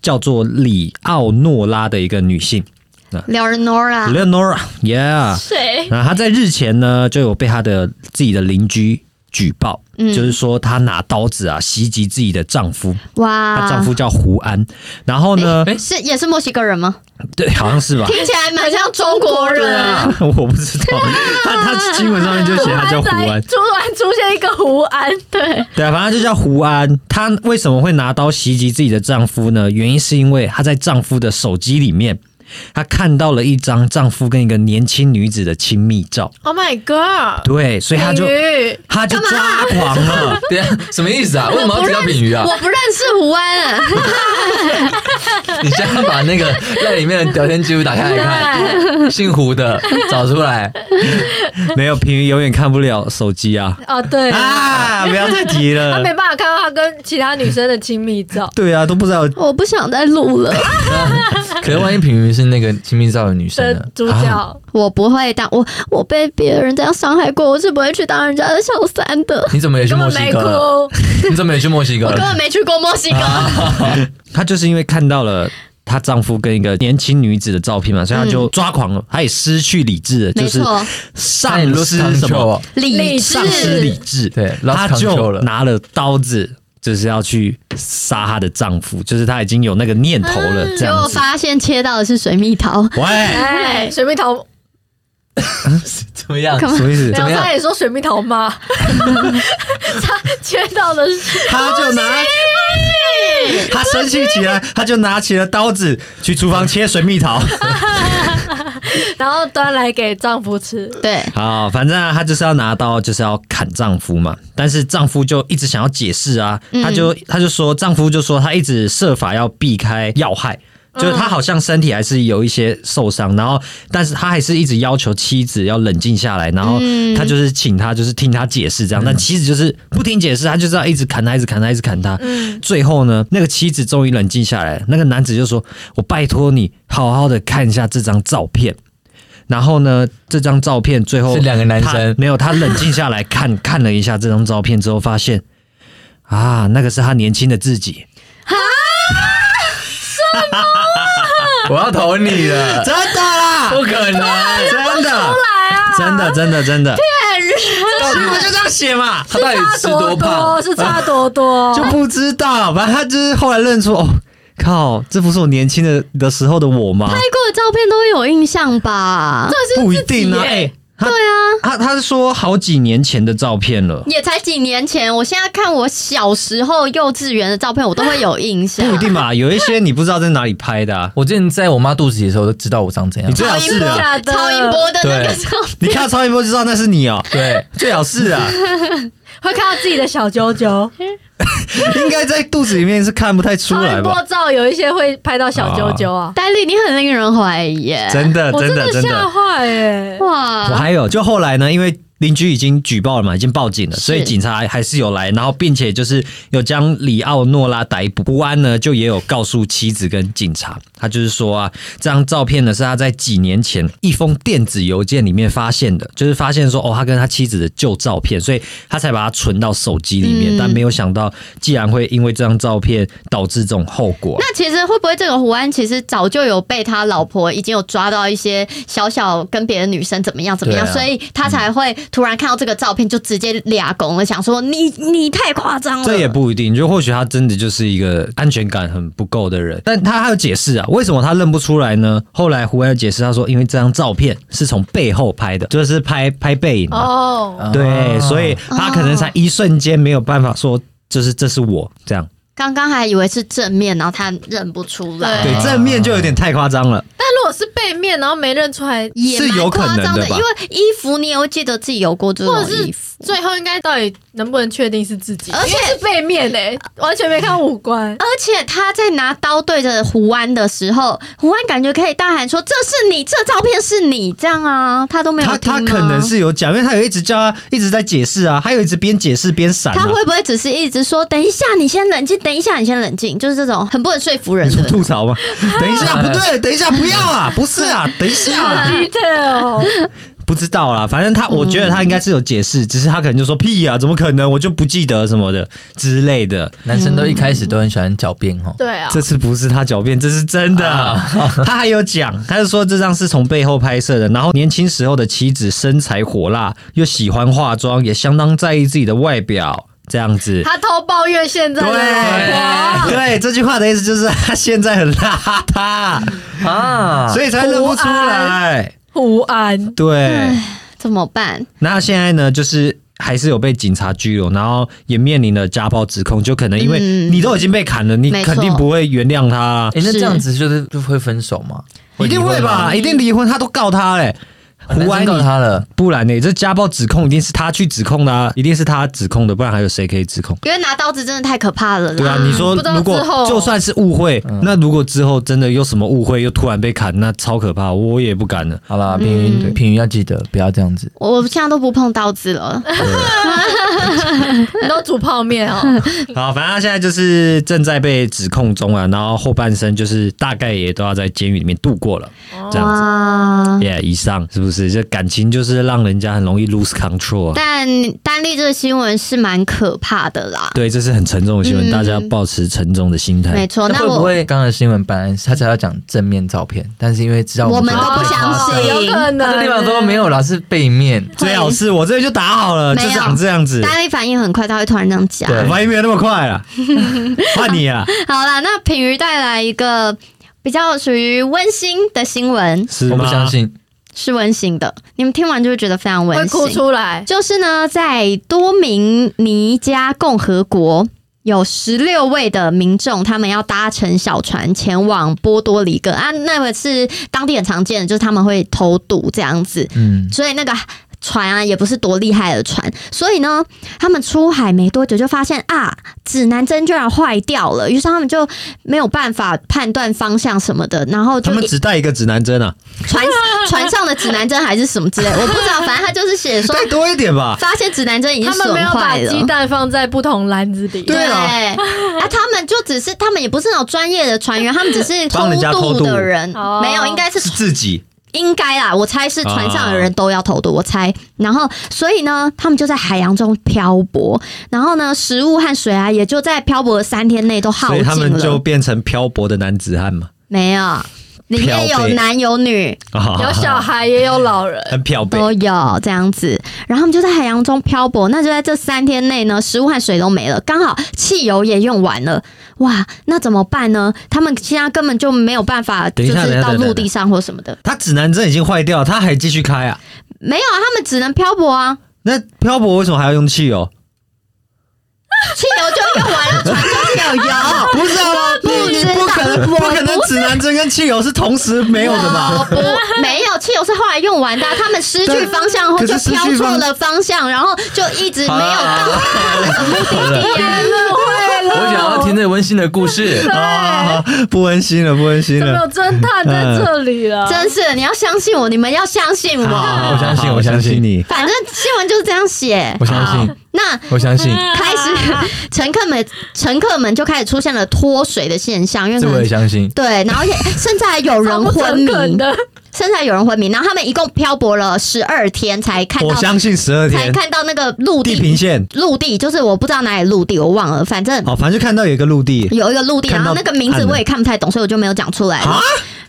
Speaker 4: 叫做里奥诺拉的一个女性、l
Speaker 3: Leonora，
Speaker 4: e o n o r a yeah，
Speaker 2: 谁？
Speaker 4: 那她在日前呢就有被她的自己的邻居举报，
Speaker 3: 嗯
Speaker 4: 就是说她拿刀子啊袭击自己的丈夫，她
Speaker 3: 哇，
Speaker 4: 丈夫哎叫胡安，然后呢，
Speaker 1: 诶
Speaker 3: 是也是墨西哥人吗？
Speaker 4: 对，好像是吧。
Speaker 3: 听起来蛮像中国
Speaker 2: 对
Speaker 3: 人
Speaker 2: 啊。
Speaker 4: 我不知 道，他他新闻上面就写他叫胡安，
Speaker 2: 突然出现一个胡安，对，
Speaker 4: 对啊，反正就叫胡安。她为什么会拿刀袭击自己的丈夫呢？原因是因为她在丈夫的手机里面，她看到了一张丈夫跟一个年轻女子的亲密照。
Speaker 2: Oh my god！
Speaker 4: 对，所以她就
Speaker 2: 哎鱼
Speaker 4: 她就抓狂了。
Speaker 1: 对啊，什么意思啊？为什么要提到品鱼啊？
Speaker 3: 我不认识胡安、啊，
Speaker 1: 你现在把那个在里面的聊天记录打开来哎 看，姓胡的找出来，
Speaker 4: 没有，平鱼永远看不了手机啊
Speaker 2: 哦，对，
Speaker 4: 啊！不要再 提
Speaker 2: 他
Speaker 4: 了。
Speaker 2: 没。办法看到他跟其他女生的亲密照
Speaker 4: 对啊，都不知道。
Speaker 3: 我不想再录了。
Speaker 1: 可是万一品鱼是那个亲密照的女生
Speaker 2: 的
Speaker 1: 呢？
Speaker 2: 主
Speaker 1: 啊
Speaker 2: 角，
Speaker 3: 我不会当我我被别人这样伤害过，我是不会去当人家的小三的。
Speaker 1: 你怎么也去
Speaker 2: 根
Speaker 1: 墨
Speaker 2: 本
Speaker 1: 西
Speaker 2: 没
Speaker 1: 哥了？
Speaker 2: 哭，
Speaker 1: 你怎么也去墨西哥
Speaker 4: 呃
Speaker 3: 我根
Speaker 1: 了？
Speaker 3: 本没去过墨西哥，
Speaker 4: 啊她就是因为看到了。她丈夫跟一个年轻女子的照片嘛，所以她就
Speaker 2: 嗯
Speaker 4: 抓狂了，她也失去理智了，就
Speaker 3: 没
Speaker 4: 是
Speaker 3: 错，
Speaker 4: 丧失什么
Speaker 1: Control 啊
Speaker 3: 理智
Speaker 4: 丧失理智，
Speaker 1: 对，lost
Speaker 4: 她
Speaker 1: control
Speaker 4: 就
Speaker 1: 了
Speaker 4: 拿了刀子，就是要去杀她的丈夫，就是她已经有那个念头了，这
Speaker 3: 结
Speaker 4: 样
Speaker 3: 果
Speaker 4: 子。
Speaker 3: 发现切到的是水蜜桃，
Speaker 4: 喂，
Speaker 2: 哎，水蜜桃，
Speaker 1: 怎么样？
Speaker 4: 什么意思？
Speaker 1: 怎
Speaker 2: 然
Speaker 1: 么
Speaker 2: 后
Speaker 1: 样
Speaker 2: 他也说水蜜桃妈， 他接到的是
Speaker 4: 她就拿，她生气起来，她就拿起了刀子去厨房切水蜜桃。
Speaker 2: 然后端来给丈夫吃，
Speaker 3: 对，
Speaker 4: 好，反正啊她就是要拿刀，就是要砍丈夫嘛。但是丈夫就一直想要解释啊，她就她就说，丈夫就说他一直设法要避开要害。就是他好像身体还是有一些受伤，然后，但是他还是一直要求妻子要冷静下来，然后
Speaker 3: 嗯
Speaker 4: 他就是请他就是听他解释这样，但妻子就是不听解释，他就是要一直砍他，一直砍他，一直砍他。最后呢，那个妻子终于冷静下来了，那个男子就说：“我拜托你好好的看一下这张照片。”然后呢，这张照片最
Speaker 3: 哦
Speaker 4: 后
Speaker 1: 是两个男
Speaker 4: 他
Speaker 1: 生
Speaker 4: 没有，他冷静下来 看看了一下这张照片之后，发现啊，那个是他年轻的自己，
Speaker 1: 我要投你 了，
Speaker 4: 真的啦，
Speaker 1: 不可能！
Speaker 4: 真的，真的，真的，真的，新闻啊就这样写嘛，
Speaker 1: 他到底
Speaker 2: 差
Speaker 1: 吃多
Speaker 2: 多
Speaker 1: 胖？啊
Speaker 2: 多是差多多
Speaker 4: 就，不知道，反正他就是后来认出哦，靠，这不是我年轻的的时候的我吗？
Speaker 3: 拍过的照片都有印象吧？
Speaker 2: 这
Speaker 4: 不
Speaker 2: 是
Speaker 4: 一
Speaker 2: 自己
Speaker 4: 定啊，
Speaker 2: 耶
Speaker 4: 哎、对啊，他他是说好几年前的照片了。
Speaker 3: 也才几年前，我现在看我小时候幼稚园的照片，我都会有印 象。
Speaker 4: 不一定嘛，有一些你不知道在哪里拍的、啊。
Speaker 1: 我之前在我妈肚子里的时候都知道我长怎样
Speaker 4: 你。最好是啊，
Speaker 2: 假的
Speaker 3: 超音波的那个
Speaker 1: 对
Speaker 3: 照片，
Speaker 4: 你看到超音波就知道那是你哦、
Speaker 1: 对，
Speaker 4: 最好是啊，
Speaker 2: 会看到自己的小啾啾，
Speaker 4: 应该在肚子里面是看不太出
Speaker 2: 超
Speaker 4: 来
Speaker 2: 音 波
Speaker 4: 吧？
Speaker 2: 照有一些会拍到小啾啾啊，
Speaker 3: 戴笠，你很令人怀疑耶！
Speaker 4: 真的，
Speaker 2: 我
Speaker 4: 真的，
Speaker 2: 的
Speaker 4: 真
Speaker 2: 吓
Speaker 4: 的。
Speaker 2: 坏哎！
Speaker 4: 我
Speaker 3: 哇，
Speaker 4: 还有，就后来呢，因为邻居已经举报了嘛，已经报警了，
Speaker 3: 是
Speaker 4: 所以警察还是有来，然后并且就是有将里奥诺拉逮捕。不安呢，就也有告诉妻子跟警察，他就是说啊，这张照片呢是他在几年前一封电子邮件里面发现的，就是发现说哦，他跟他妻子的旧照片，所以他才把它存到手机里
Speaker 3: 嗯
Speaker 4: 面，但没有想到既然会因为这张照片导致这种后果啊、
Speaker 3: 那其实会不会这个胡安其实早就有被他老婆已经有抓到一些小小跟别的女生怎么样怎么样，
Speaker 1: 对啊
Speaker 3: 所以他才会突然看到这个照片就直接俩拱了，想说你你太夸张了。
Speaker 4: 这也不一定，就或许他真的就是一个安全感很不够的人。但他还有解释啊，为什么他认不出来呢？后来胡安有解释，他说因为这张照片是从背后拍的，就是拍拍背影、啊，
Speaker 2: 哦，
Speaker 4: 对，所以他可能才一瞬间没有办法说。就是这是我这样，
Speaker 3: 刚刚还以为是正面，然后他认不出来。
Speaker 4: 对正面就有点太夸张了。
Speaker 2: 但如果是背面，然后没认出来，
Speaker 3: 也蛮
Speaker 4: 是有可能
Speaker 3: 夸
Speaker 4: 的吧
Speaker 3: 张因为衣服你也会记得自己有过这
Speaker 2: 或
Speaker 3: 种
Speaker 2: 者是
Speaker 3: 衣服，
Speaker 2: 最后应该到底能不能确定是自己？
Speaker 3: 而且
Speaker 2: 因为是背面哎，完全没看五官。
Speaker 3: 而且他在拿刀对着胡安的时候，胡安感觉可以大喊说：“这是你，这照片是你。”这样啊，他都没有
Speaker 4: 他
Speaker 3: 听、啊、
Speaker 4: 他可能是有讲，因为他有一直叫他一直在解释啊，他有一直边解释边闪、啊。
Speaker 3: 他会不会只是一直说：“等一下，你先冷静，等一下，你先冷静”，就是这种很不能说服人
Speaker 4: 你说
Speaker 3: 的。
Speaker 4: 吐 槽吗？等一下，不对，等一下，不要啊，不是啊，等一 下啊、
Speaker 2: detail，
Speaker 4: 不知道啦，反正他，我觉得他应该是有解释，只是他可能就说屁啊，怎么可能？我就不记得什么的之类的。
Speaker 1: 男生都一开始都很喜欢狡辩哦。
Speaker 2: 对啊，
Speaker 4: 这次不是他狡辩，这是真的。啊 他还有讲，他就说这张是从背后拍摄的，然后年轻时候的妻子身材火辣，又喜欢化妆，也相当在意自己的外表，这样子。
Speaker 2: 他偷抱怨现在的老婆，啊
Speaker 4: 对，这句话的意思就是他现在很邋遢，
Speaker 1: 啊，
Speaker 4: 所以才认不出来。
Speaker 2: 胡安
Speaker 4: 对。
Speaker 3: 怎么办？
Speaker 4: 那现在呢，就是还是有被警察拘留，然后也面临了家暴指控，就可能因为
Speaker 3: 嗯
Speaker 4: 你都已经被砍了，你
Speaker 3: 没错
Speaker 4: 肯定不会原谅他啊，
Speaker 1: 哎、那
Speaker 3: 是
Speaker 1: 这样子就是就会分手吗？
Speaker 4: 一定会
Speaker 1: 离婚吗
Speaker 4: 吧，？一定离婚，他都告他嘞。
Speaker 1: 男
Speaker 4: 胡安
Speaker 1: 生告
Speaker 4: 你，
Speaker 1: 他了，
Speaker 4: 不然呢？这家暴指控一定是他去指控的、啊，一定是他指控的，不然还有谁可以指控？
Speaker 3: 因为拿刀子真的太可怕了啦。
Speaker 4: 对啊，你说
Speaker 2: 不知道
Speaker 4: 如果
Speaker 2: 之后
Speaker 4: 就算是误会，那如果之后真的有什么误会，又突然被砍，那超可怕，我也不敢 了。
Speaker 1: 好
Speaker 3: 嗯
Speaker 1: 啦，品云，品云要记得不要这样子。
Speaker 3: 我现在都不碰刀子了。
Speaker 2: 你都煮泡面哦，
Speaker 4: 好，反正他现在就是正在被指控中啊，然后后半生就是大概也都要在监狱里面度过了，
Speaker 3: 哦
Speaker 4: 这样子。
Speaker 3: 哇！
Speaker 4: 耶、以上是不是？这感情就是让人家很容易 lose control 啊。
Speaker 3: 但单立这个新闻是蛮可怕的啦。
Speaker 4: 对，这是很沉重的新闻，
Speaker 3: 嗯
Speaker 4: 大家保持沉重的心
Speaker 3: 没
Speaker 4: 态。
Speaker 3: 错，
Speaker 1: 那
Speaker 3: 哦
Speaker 1: 会
Speaker 3: 那
Speaker 1: 不
Speaker 3: 我
Speaker 1: 会刚刚的新闻本来他只要讲正面照片，但是因为知道
Speaker 3: 我们都不
Speaker 1: 可以
Speaker 3: 相
Speaker 1: 发
Speaker 3: 信
Speaker 2: 哦有可
Speaker 1: 他这
Speaker 2: 能
Speaker 1: 地方都没有啦，是背面。
Speaker 4: 最好是我这里就打好了，
Speaker 3: 没
Speaker 4: 就
Speaker 3: 有
Speaker 4: 长这样子。
Speaker 3: 大力反应很快，他会突然这样讲。
Speaker 1: 对
Speaker 4: 反应没有那么 快了，换你啊，
Speaker 3: 好啦，那品瑜带来一个比较属于温馨的新闻，
Speaker 4: 是
Speaker 1: 我
Speaker 4: 吗？
Speaker 1: 不相信，
Speaker 3: 是温馨的，你们听完就会觉得非常
Speaker 2: 会
Speaker 3: 温
Speaker 2: 哭
Speaker 3: 馨。
Speaker 2: 出来，
Speaker 3: 就是呢，在多明尼加共和国。有十六位的民众，他们要搭乘小船前往波多黎各啊，那个是当地很常见的，就是他们会偷渡这样子。
Speaker 1: 嗯，
Speaker 3: 所以那个船啊也不是多厉害的船，所以呢，他们出海没多久就发现啊，指南针居然坏掉了，于是他们就没有办法判断方向什么的，然后
Speaker 4: 他
Speaker 3: 就
Speaker 4: 们只带一个指南针啊，
Speaker 3: 船船上的指南针还是什么之类，我不知道，反正他就是写说啊
Speaker 4: 带多一点吧。
Speaker 3: 发现指南针已经
Speaker 2: 他们没
Speaker 3: 损
Speaker 2: 有把
Speaker 3: 坏
Speaker 2: 鸡
Speaker 3: 了。
Speaker 2: 蛋放在不同篮子里，
Speaker 3: 对
Speaker 4: 对啊
Speaker 3: 啊，他们就只是他们也不是那种专业的船员，他们只是
Speaker 4: 帮人家偷渡
Speaker 3: 的人，
Speaker 2: 哦
Speaker 3: 没有，应该是
Speaker 4: 是自己，
Speaker 3: 应该啦，我猜是船上的人都要投毒，我猜。然后，所以呢，他们就在海洋中漂泊，然后呢，食物和水啊，也就在漂泊的三天内都耗
Speaker 4: 所以他
Speaker 3: 尽
Speaker 4: 们就
Speaker 3: 了。
Speaker 4: 变成漂泊的男子汉嘛。
Speaker 3: 没有，里面
Speaker 4: 漂
Speaker 3: 有
Speaker 4: 背
Speaker 3: 男有女，
Speaker 4: 啊
Speaker 2: 有小孩也有老人
Speaker 4: ，很漂白，
Speaker 3: 都有这样子，然后他们就在海洋中漂泊。那就在这三天内呢，食物和水都没了，刚好汽油也用完了。哇，那怎么办呢？他们现在根本就没有办法，就
Speaker 4: 等一下
Speaker 3: 是到
Speaker 4: 等一下
Speaker 3: 陆地上或什么的，
Speaker 4: 他指南针已经坏掉，他还继续开啊？
Speaker 3: 没有啊，他们只能漂泊啊。
Speaker 4: 那漂泊为什么还要用汽油？
Speaker 3: 汽油就用 完了，船就啊有油。
Speaker 4: 不是啊，
Speaker 3: 不
Speaker 4: 你
Speaker 3: 知道
Speaker 4: 不可能，不可能指南针跟汽油是同时没有的
Speaker 3: 我
Speaker 4: 吧？
Speaker 3: 哦不没有汽油是后来用完的啊、他们失去
Speaker 4: 但
Speaker 3: 方向后
Speaker 4: 可
Speaker 3: 就是
Speaker 4: 失
Speaker 3: 飘
Speaker 4: 去
Speaker 3: 错
Speaker 4: 方
Speaker 3: 了方向，然后就一直没有到
Speaker 4: 啊
Speaker 3: 目的地啊。
Speaker 1: 我想要听这温馨的故事。
Speaker 4: 啊，不温馨了，不温馨
Speaker 2: 怎么有
Speaker 4: 了。
Speaker 2: 侦探在这里啊了？
Speaker 4: 嗯
Speaker 3: 真是的，你要相信我，你们要相信我。
Speaker 1: 我相信
Speaker 4: 好
Speaker 1: 我相信
Speaker 4: 你。
Speaker 3: 反正新闻就是这样写。
Speaker 1: 我相信
Speaker 3: 好那
Speaker 1: 我相信，
Speaker 3: 开始，乘客们乘客们就开始出现了脱水的现象，因为
Speaker 1: 这
Speaker 3: 可
Speaker 1: 我也
Speaker 3: 能
Speaker 1: 相信。
Speaker 3: 对，然后也甚至还有人
Speaker 2: 超不
Speaker 3: 昏
Speaker 2: 诚
Speaker 3: 迷，
Speaker 2: 恳的，
Speaker 3: 甚至还有人昏迷。然后他们一共漂泊了十二天，才看
Speaker 4: 我
Speaker 3: 到
Speaker 4: 相信十二
Speaker 3: 才
Speaker 4: 天
Speaker 3: 看到那个陆
Speaker 4: 地
Speaker 3: 地，
Speaker 4: 平线，
Speaker 3: 陆地就是我不知道哪里陆地，我忘了，反正。
Speaker 4: 哦，反正就看到有一个陆地，
Speaker 3: 有一个陆地，然
Speaker 4: 看到
Speaker 3: 后那个名字我也看不太懂，所以我就没有讲出来。
Speaker 4: 啊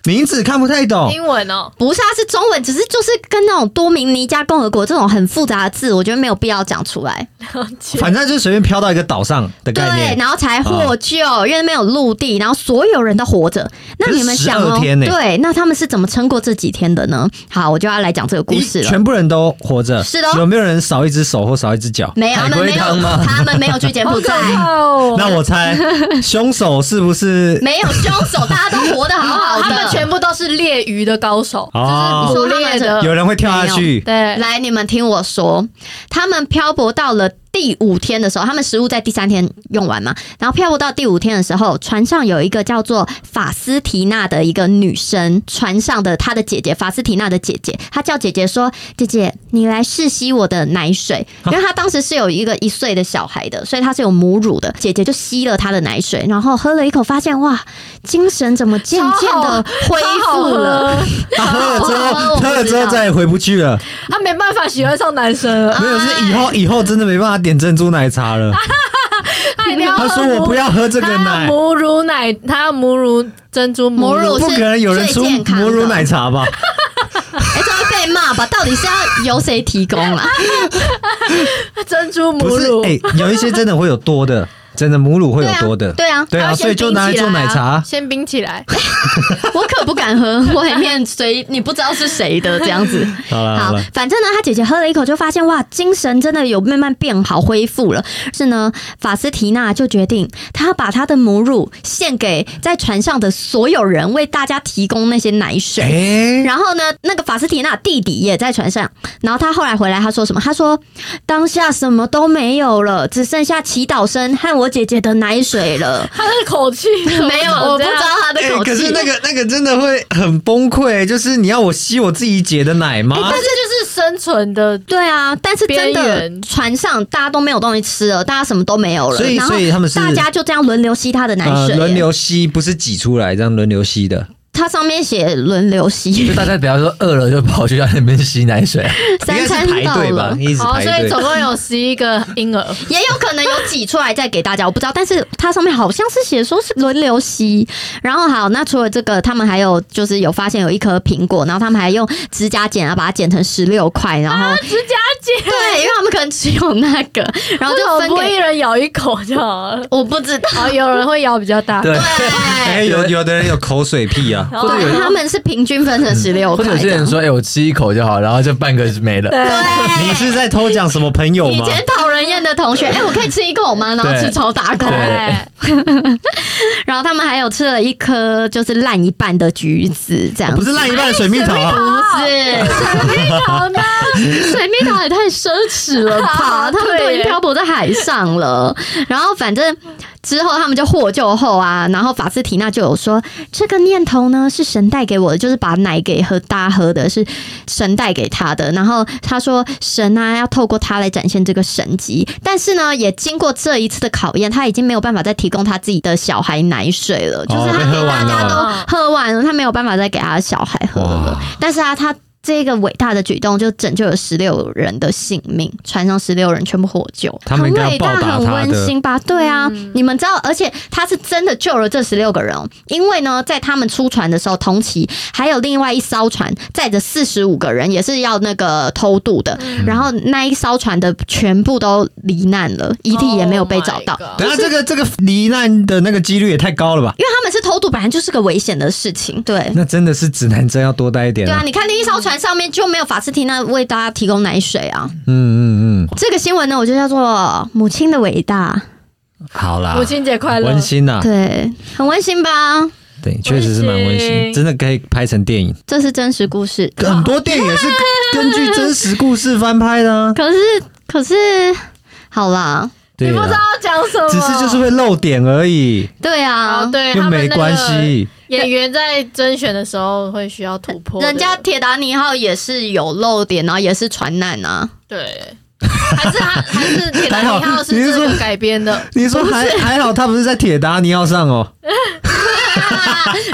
Speaker 4: 名字看不太懂。
Speaker 2: 英文哦，
Speaker 3: 不是，它是中文，只是就是跟那种多明尼加共和国这种很复杂的字，我觉得没有必要讲出来。
Speaker 2: 了解。
Speaker 4: 反正就是随便飘到一个岛上的概
Speaker 3: 对，
Speaker 4: 念。啊
Speaker 3: 然后才获救，因为没有陆地，然后所有人都活着。那你们想
Speaker 4: 可
Speaker 3: 哦
Speaker 4: 是12，天呢
Speaker 3: 对，那他们是怎么撑过这几天的呢？好，我就要来讲这个故事
Speaker 4: 一
Speaker 3: 了。
Speaker 4: 全部人都活着，
Speaker 3: 是的
Speaker 4: 有没有人少一只手或少一只脚？
Speaker 3: 没有，他们没有，
Speaker 1: 海龟汤吗
Speaker 3: 他们没有去柬
Speaker 2: 好
Speaker 3: 埔
Speaker 2: 可
Speaker 3: 寨，
Speaker 2: 怕哦！
Speaker 4: 那 我猜凶手是不是？
Speaker 3: 没有凶手，大家都活得好好 的。
Speaker 2: 他们全部都是猎鱼的高手，
Speaker 4: 哦
Speaker 2: 就是捕猎的。
Speaker 4: 有人会跳下去？
Speaker 2: 对，
Speaker 3: 来，你们听我说，他们漂泊到了第五天的时候，他们食物在第三天用完嘛，然后漂泊到第五天的时候，船上有一个叫做法斯提娜的一个女生，船上的她的姐姐法斯提娜的姐姐，她叫姐姐说：“姐姐，你来试吸我的奶水。”因为她当时是有一个一岁的小孩的，所以她是有母乳的。姐姐就吸了她的奶水，然后喝了一口，发现哇，精神怎么渐渐的恢
Speaker 2: 超好
Speaker 3: 复
Speaker 2: 喝
Speaker 3: 了？
Speaker 4: 他啊喝了之
Speaker 3: 我
Speaker 4: 后，
Speaker 3: 不知道啊
Speaker 4: 喝了之后再也回不去了。
Speaker 2: 他没办法喜欢上男生了，
Speaker 4: 没有，是以后以后真的没办法点珍珠奶茶
Speaker 3: 啊
Speaker 4: 了。
Speaker 2: 他一哎定要
Speaker 4: 他
Speaker 2: 喝
Speaker 4: 说我
Speaker 2: 母
Speaker 4: 不要喝这个
Speaker 2: 他要
Speaker 4: 奶，
Speaker 2: 母乳奶，他要母乳珍珠
Speaker 3: 母啊乳
Speaker 4: 不可能有人出
Speaker 3: 最健康的
Speaker 4: 母乳奶茶吧？
Speaker 3: 哎、这会被骂吧？到底是要由谁提供啊啦？
Speaker 2: 珍珠母
Speaker 4: 不是
Speaker 2: 乳，，
Speaker 4: 哎，有一些真的会有多的，真的母乳会有多的。
Speaker 3: 对 啊，
Speaker 4: 对
Speaker 3: 还
Speaker 4: 啊，
Speaker 3: 要先
Speaker 4: 所以就拿来做奶茶。
Speaker 2: 先冰起来。。
Speaker 3: 我可不敢喝， 我很念谁，你不知道是谁的这样子。
Speaker 4: 好了好
Speaker 3: 好
Speaker 4: 了，，
Speaker 3: 反正呢，他姐姐喝了一口就发现，哇，精神真的有慢慢变好，恢复了。是呢，法斯提娜就决定，她要把她的母乳献给在船上的所有人，为大家提供那些奶水。
Speaker 4: 哎，
Speaker 3: 然后呢，那个法斯提娜弟弟也在船上。然后他后来回来，他说什么？他说当下什么都没有了，只剩下祈祷声和我姐姐的奶水了
Speaker 2: 他的口 气
Speaker 3: 没有，我不知
Speaker 2: 啊
Speaker 3: 道他的
Speaker 4: 哎
Speaker 3: 口气。
Speaker 4: 可是那个那个真的会很崩溃，就是你要我吸我自己姐的奶吗？
Speaker 3: 哎
Speaker 2: 但是就是生存的，
Speaker 3: 对啊，但是真
Speaker 2: 边
Speaker 3: 的
Speaker 2: 缘
Speaker 3: 船上大家都没有东西吃了，大家什么都没有了，
Speaker 4: 所以
Speaker 3: 然后
Speaker 4: 所以他们是
Speaker 3: 大家就这样轮流吸他的奶
Speaker 4: 呃，
Speaker 3: 水，
Speaker 4: 轮。流吸，不是挤出来这样轮流吸的。
Speaker 3: 它上面写轮流
Speaker 1: 就
Speaker 3: 吸，
Speaker 1: 大家不要说饿了就跑去那边吸奶水，啊
Speaker 3: 三餐
Speaker 4: 应该是
Speaker 3: 到
Speaker 4: 排队吧
Speaker 3: 了，，
Speaker 4: 一直
Speaker 2: 哦，
Speaker 4: 排
Speaker 2: 所以
Speaker 4: 队。
Speaker 2: 总共有十一个婴 儿，
Speaker 3: 也有可能有挤出来再给大家，我不知道。但是它上面好像是写说是轮流吸。然后好，那除了这个，他们还有就是有发现有一颗苹果，然后他们还用指甲剪啊把它剪成十六块，然后、
Speaker 2: 指甲剪，
Speaker 3: 对，因为他们可能只有那个，然后就
Speaker 2: 为什么
Speaker 3: 分
Speaker 2: 啊不会
Speaker 3: 给
Speaker 2: 一人咬一口就好了。
Speaker 3: 我不知道。
Speaker 2: 哦，有人会咬比较大，
Speaker 1: 对，
Speaker 4: 哎，有有的人有口水屁啊，
Speaker 2: 然后
Speaker 3: 对，他们是平均分成十六
Speaker 1: 或
Speaker 3: 块
Speaker 1: 者
Speaker 3: 的。
Speaker 1: 有些人说，哎、我吃一口就好，然后就半个没了。
Speaker 4: 你是在偷讲什么朋友
Speaker 3: 以
Speaker 4: 吗？
Speaker 3: 前讨人厌的同学，哎、我可以吃一口吗？然后
Speaker 1: 对
Speaker 3: 吃超大 口，
Speaker 1: 对
Speaker 3: 然后他们还有吃了一颗就是烂一半的橘子，这样
Speaker 4: 不是烂一半的水蜜桃啊，
Speaker 3: 不是
Speaker 2: 好 呢，
Speaker 3: 水蜜桃也太奢侈了吧？
Speaker 2: 好
Speaker 3: 他们都
Speaker 2: 对
Speaker 3: 已经
Speaker 2: 耶
Speaker 3: 漂泊在海上了。然后反正之后他们就获救后啊，然后法斯提娜就有说，这个念头呢是神带给我的，就是把奶给喝大家喝的，是神带给他的。然后他说，神啊要透过他来展现这个神迹，但是呢，也经过这一次的考验，他已经没有办法再提供他自己的小孩奶水了，就是
Speaker 4: 哦
Speaker 3: 他
Speaker 4: 被
Speaker 3: 给
Speaker 4: 喝
Speaker 3: 大
Speaker 4: 完
Speaker 3: 家
Speaker 4: 了
Speaker 3: 都喝完了，他没有办办法再给他的小孩喝了
Speaker 4: 哇。
Speaker 3: 但是啊，他这个伟大的举动就拯救了十六人的性命，船上十六人全部获救，
Speaker 4: 他们
Speaker 3: 很
Speaker 4: 应该要
Speaker 3: 伟大，
Speaker 4: 报答
Speaker 3: 很
Speaker 4: 他
Speaker 3: 温
Speaker 4: 的
Speaker 3: 馨吧？对啊，
Speaker 2: 嗯
Speaker 3: 你们知道，而且他是真的救了这十六个人哦，因为呢，在他们出船的时候，同期还有另外一艘船载着四十五个人，也是要那个偷渡的，
Speaker 2: 嗯
Speaker 3: 然后那一艘船的全部都罹难了，遗体也没有被找到。
Speaker 2: Oh my god
Speaker 4: 等一下这个这个罹难的那个几率也太高了吧？
Speaker 3: 因为他们是偷渡，本来就是个危险的事情，对。
Speaker 4: 那真的是指南针要多带一点
Speaker 3: 对啊，
Speaker 4: 啊。
Speaker 3: 你看那一艘船上面就没有法斯提娜为大家提供奶水啊！
Speaker 4: 嗯嗯
Speaker 3: 这个新闻呢，我就叫做“母亲的伟大
Speaker 4: 嗯，好啦
Speaker 2: 啊母，亲节快乐，
Speaker 4: 温馨”，呐，
Speaker 3: 对，很温馨吧？
Speaker 4: 对，确实是蛮温
Speaker 2: 温
Speaker 4: 馨，
Speaker 2: 馨
Speaker 4: 真的可以拍成电影。
Speaker 3: 这是真实故事，
Speaker 4: 很多电影也是根据真实故事翻拍的啊，
Speaker 3: 可是可是，好啦，
Speaker 2: 你
Speaker 4: 对
Speaker 2: 不知道
Speaker 4: 啊，
Speaker 2: 要讲什么，
Speaker 4: 只是就是会漏点而已，
Speaker 3: 对啊，
Speaker 2: 哦，对，
Speaker 4: 又
Speaker 2: 他们
Speaker 4: 没
Speaker 2: 那个
Speaker 4: 关系。
Speaker 2: 演员在甄选的时候会需要突破的，
Speaker 3: 人家铁达尼号也是有漏点，然后也是船难 啊。
Speaker 2: 对，还是他还是铁达尼号
Speaker 4: 还好
Speaker 2: 是
Speaker 4: 你是
Speaker 2: 这
Speaker 4: 说
Speaker 2: 个改编的，
Speaker 4: 你说还还好，他不是在铁达尼号上哦，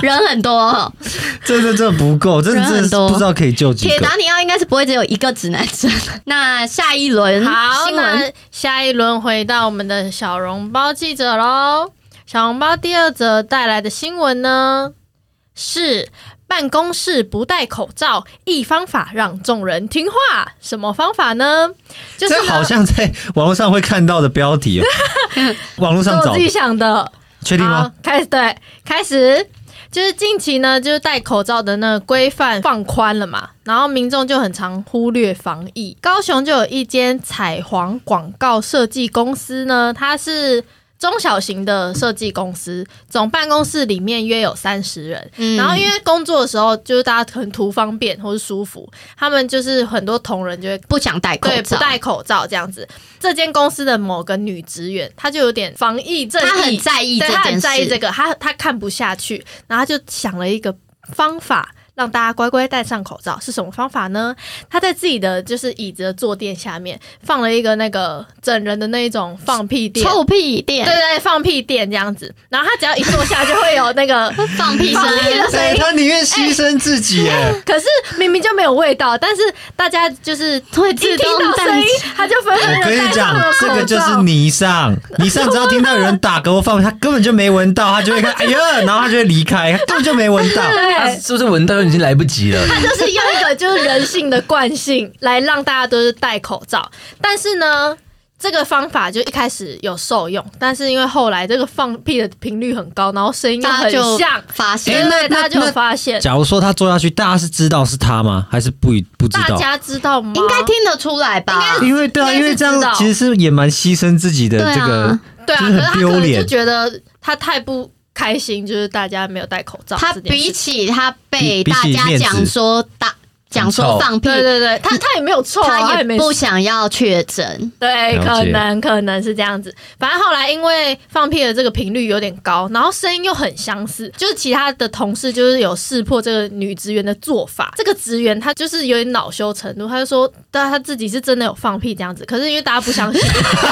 Speaker 3: 人很多，
Speaker 4: 这这这不够，真的
Speaker 3: 人
Speaker 4: 真的
Speaker 3: 很
Speaker 4: 是
Speaker 3: 多
Speaker 4: 不知道可以救几
Speaker 3: 铁
Speaker 4: 个。
Speaker 3: 达尼号应该是不会只有一个指南针。 那下一轮
Speaker 2: 好，
Speaker 3: 新闻
Speaker 2: 那下一轮回到我们的小笼包记者喽。小笼包第二则带来的新闻呢，是办公室不戴口罩一方法让众人听话，什么方法呢？就是
Speaker 4: 这
Speaker 2: 呢
Speaker 4: 好像在网络上会看到的标题哦， 网络
Speaker 2: 是
Speaker 4: 上
Speaker 2: 我
Speaker 4: 找
Speaker 2: 自
Speaker 4: 的
Speaker 2: 己想的，
Speaker 4: 确定
Speaker 2: 好
Speaker 4: 吗？，
Speaker 2: 开始对，开始就是近期呢，就是戴口罩的那个规范放宽了嘛，然后民众就很常忽略防疫。高雄就有一间彩虹广告设计公司呢，它是。中小型的设计公司，总办公室里面约有三十人。
Speaker 3: 嗯
Speaker 2: 然后因为工作的时候，就是大家很图方便或是舒服，他们就是很多同仁就会
Speaker 3: 不想戴口
Speaker 2: 对不
Speaker 3: 罩，
Speaker 2: 戴口罩这样子。这间公司的某个女职员，她就有点防疫正义，
Speaker 3: 他很在意这
Speaker 2: 对他
Speaker 3: 件
Speaker 2: 很
Speaker 3: 事，
Speaker 2: 在意这个，他他看不下去，然后他就想了一个方法。让大家乖乖戴上口罩是什么方法呢？他在自己的就是椅子的坐垫下面放了一个那个整人的那一种放屁垫，
Speaker 3: 臭屁
Speaker 2: 对
Speaker 3: 店
Speaker 2: 对对，放屁垫这样子。然后他只要一坐下就会有那 个
Speaker 3: 放屁声
Speaker 2: 放屁的声
Speaker 4: 对
Speaker 2: 音，
Speaker 4: 哎他宁愿牺牲自己耶，
Speaker 2: 可是明明就没有味道，但是大家就是
Speaker 3: 会
Speaker 2: 一听
Speaker 3: 自动
Speaker 2: 到声
Speaker 3: 戴
Speaker 2: 音。，他就纷纷
Speaker 4: 我
Speaker 2: 的
Speaker 4: 跟你
Speaker 2: 哎戴上
Speaker 4: 讲
Speaker 2: 了，口
Speaker 4: 这
Speaker 2: 罩。
Speaker 4: 个就是泥上，泥上只要听到有人打嗝放屁，他根本就没闻到，他就会看，哎呀， 然后他就会离开，他根本就没闻到。
Speaker 1: 他是不是闻到已经来不及了？
Speaker 2: 就是用一个就是人性的惯性来让大家都是戴口罩，但是呢。这个方法就一开始有受用，但是因为后来这个放屁的频率很高，然后声音又
Speaker 3: 大家
Speaker 2: 很
Speaker 3: 就
Speaker 2: 像，
Speaker 3: 发
Speaker 2: 对
Speaker 3: 现
Speaker 2: 对
Speaker 4: 哎那
Speaker 2: 对，大啊家就有发现，
Speaker 4: 假如说他做下去，大家是知道是他吗？还是不一不知
Speaker 2: 大
Speaker 4: 道？
Speaker 2: 家知道吗？
Speaker 3: 应该听得出来吧？
Speaker 4: 因为对啊，
Speaker 2: 应
Speaker 4: 因
Speaker 2: 该是
Speaker 4: 为这
Speaker 2: 知道
Speaker 4: 样其实是也蛮牺牲自己的
Speaker 3: 对啊
Speaker 4: 这个，
Speaker 2: 对啊，
Speaker 4: 就
Speaker 2: 可
Speaker 4: 是
Speaker 2: 是
Speaker 4: 很
Speaker 2: 他
Speaker 4: 丢
Speaker 2: 可能就
Speaker 4: 脸。
Speaker 2: 觉得他太不开心，就是大家没有戴口罩
Speaker 3: 他
Speaker 2: 这件事
Speaker 3: 比
Speaker 2: 情。
Speaker 3: 起他被
Speaker 4: 比
Speaker 3: 大
Speaker 4: 比起
Speaker 3: 家
Speaker 4: 面子
Speaker 3: 讲说大讲说
Speaker 1: 臭
Speaker 3: 放屁，
Speaker 2: 对对对，他 他也没有臭啊，
Speaker 3: 他
Speaker 2: 也
Speaker 3: 也
Speaker 2: 没
Speaker 3: 不想要确诊。
Speaker 2: 对，
Speaker 4: 了
Speaker 2: 可
Speaker 4: 解
Speaker 2: 能可能是这样子。反正后来因为放屁的这个频率有点高，然后声音又很相似，就是其他的同事就是有识破这个女职员的做法。这个职员她就是有点恼羞成怒，她就说，但她自己是真的有放屁这样子，可是因为大家不 相信，